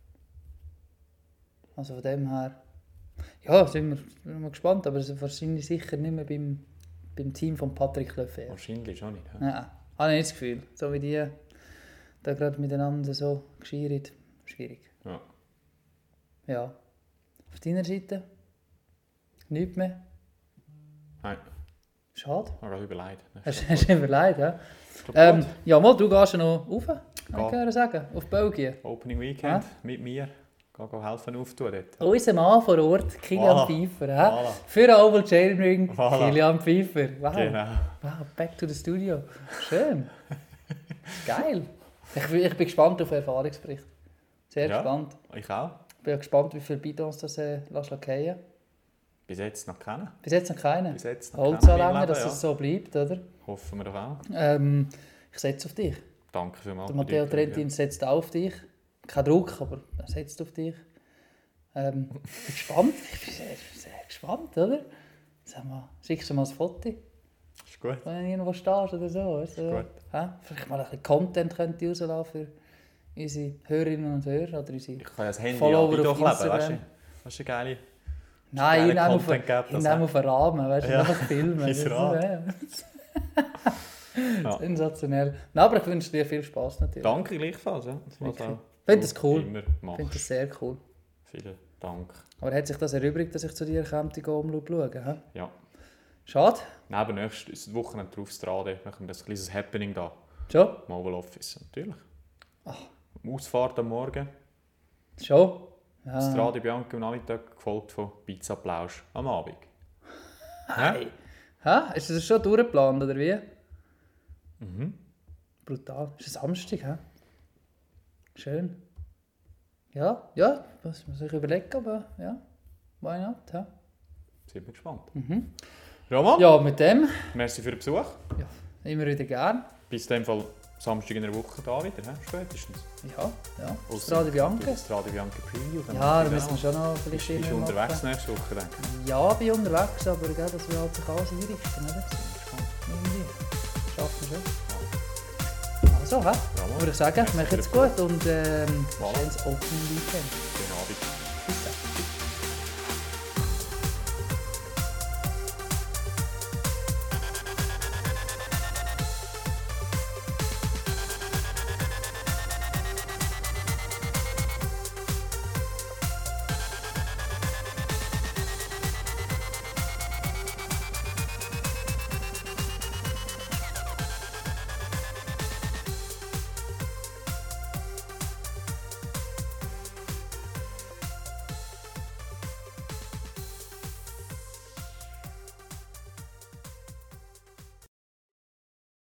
Speaker 3: Also von dem her, ja, sind wir, sind wir mal gespannt, aber es ist wahrscheinlich sicher nicht mehr beim, beim Team von Patrick Lefebvre. Ah,
Speaker 2: Wahrscheinlich schon nicht. Ja.
Speaker 3: Nein, habe ich nicht das Gefühl. So wie die eh, da gerade miteinander so geschieren, schwierig.
Speaker 2: Ja.
Speaker 3: Ja. Auf deiner Seite? Nichts mehr?
Speaker 2: Nein,
Speaker 3: Schade.
Speaker 2: ich habe gerade überlegt.
Speaker 3: Hast hast du überlegt, ja?
Speaker 2: Ich glaub,
Speaker 3: Ähm,
Speaker 2: gut.
Speaker 3: ja, mal, du gehst ja noch rauf,
Speaker 2: Ja.
Speaker 3: kann ich sagen, auf Belgien.
Speaker 2: Opening Weekend mit mir. Geh, geh helfen aufzutun dort.
Speaker 3: Unser Mann vor Ort, Kilian
Speaker 2: Voilà.
Speaker 3: Pfeiffer. hä?
Speaker 2: Voilà.
Speaker 3: Für den Oval Chain Ring,
Speaker 2: Voilà.
Speaker 3: Kilian Pfeiffer. Wow.
Speaker 2: Genau.
Speaker 3: wow, back to the studio. Schön. Geil. Ich, bin- ich bin gespannt auf den Erfahrungsbericht. Sehr
Speaker 2: Ja.
Speaker 3: gespannt.
Speaker 2: Ich auch.
Speaker 3: Ich bin auch gespannt, wie viele Bidons das äh, lässt fallen.
Speaker 2: Bis jetzt noch kennen.
Speaker 3: Bis jetzt noch keinen.
Speaker 2: Bis jetzt noch
Speaker 3: Holz
Speaker 2: keinen im
Speaker 3: anlangen,
Speaker 2: Leben,
Speaker 3: dass
Speaker 2: ja.
Speaker 3: es so bleibt, oder?
Speaker 2: Hoffen wir doch auch.
Speaker 3: Ähm, ich setze auf dich.
Speaker 2: Danke vielmals.
Speaker 3: Der
Speaker 2: für
Speaker 3: Matteo
Speaker 2: die Einladung,
Speaker 3: Trentin setzt auch auf dich. Kein Druck, aber er setzt auf dich. Ähm, ich bin gespannt. Ich bin sehr, sehr gespannt, oder? Sag mal, schickst du mal ein Foto,
Speaker 2: ja. Ist gut.
Speaker 3: wenn du irgendwo stehst oder so. Weißt du?
Speaker 2: Ist gut.
Speaker 3: Hä? Vielleicht mal ein bisschen Content könnt ihr rauslassen für unsere Hörerinnen und Hörer. Oder unsere...
Speaker 2: Ich kann ja das Handy
Speaker 3: Follower
Speaker 2: Follower
Speaker 3: auf
Speaker 2: auch leben, weißt du?
Speaker 3: Instagram.
Speaker 2: Das ist eine geile.
Speaker 3: Nein, ich
Speaker 2: geiler
Speaker 3: nehme auf,
Speaker 2: Content gehabt,
Speaker 3: ich
Speaker 2: das,
Speaker 3: nehme
Speaker 2: hä?
Speaker 3: auf einen Rahmen, weißt du,
Speaker 2: Ja.
Speaker 3: einfach filmen. dus,
Speaker 2: Ins
Speaker 3: Das-
Speaker 2: Rad. Ja.
Speaker 3: Sensationell. Nein, aber ich wünsche dir viel Spaß natürlich.
Speaker 2: Danke gleichfalls. Ja. Das war's
Speaker 3: Wirklich.
Speaker 2: auch.
Speaker 3: Finde das
Speaker 2: Du
Speaker 3: cool.
Speaker 2: Immer
Speaker 3: Ich
Speaker 2: machst.
Speaker 3: finde das sehr cool.
Speaker 2: Vielen Dank.
Speaker 3: Aber hat sich das erübrigt, dass ich zu dir käme, die Gomlu schauen? hä?
Speaker 2: Ja. Nou,
Speaker 3: Schade.
Speaker 2: Neben nächstes Wochenende drauf Strade machen wir das kleines Happening da.
Speaker 3: Schon?
Speaker 2: Im Oval Office, natürlich.
Speaker 3: Ah.
Speaker 2: Ausfahrt am Morgen,
Speaker 3: Schon? Ja.
Speaker 2: Strade Bianca am Nachmittag, gefolgt von Pizza Plausch am Abend. Hä?
Speaker 3: Hä? Ist das schon durchgeplant, oder wie? Mhm.
Speaker 2: Mhm.
Speaker 3: Brutal. Ist es Samstag, hä? Schön. Ja, ja, das muss ich überlegen, aber ja, why not? Ja,
Speaker 2: Sind wir gespannt. Roman,
Speaker 3: Mhm. ja mit dem
Speaker 2: merci für den Besuch.
Speaker 3: ja, immer wieder gern.
Speaker 2: Bis in dem Fall Samstag in der Woche da wieder, hä? spätestens.
Speaker 3: Ja, ja. Das
Speaker 2: Ausser-
Speaker 3: Radio
Speaker 2: Du
Speaker 3: Bianca.
Speaker 2: bist Radio Bianca Preview. dann
Speaker 3: Ja,
Speaker 2: mach
Speaker 3: da
Speaker 2: ich
Speaker 3: müssen wir
Speaker 2: auch.
Speaker 3: schon noch
Speaker 2: genau.
Speaker 3: vielleicht
Speaker 2: Bist du
Speaker 3: irgendwie
Speaker 2: unterwegs
Speaker 3: machen.
Speaker 2: nächste Woche, denke ich.
Speaker 3: Ja, bin unterwegs, aber gell, dass wir halt sich alles einrichten, oder? Irgendwie. Schaffen wir schon. Also, hä?
Speaker 2: Bravo.
Speaker 3: Würde ich sagen,
Speaker 2: Merci für
Speaker 3: macht's
Speaker 2: den
Speaker 3: gut und ähm,
Speaker 2: Voilà.
Speaker 3: schönes Open Weekend.
Speaker 2: Guten Abend.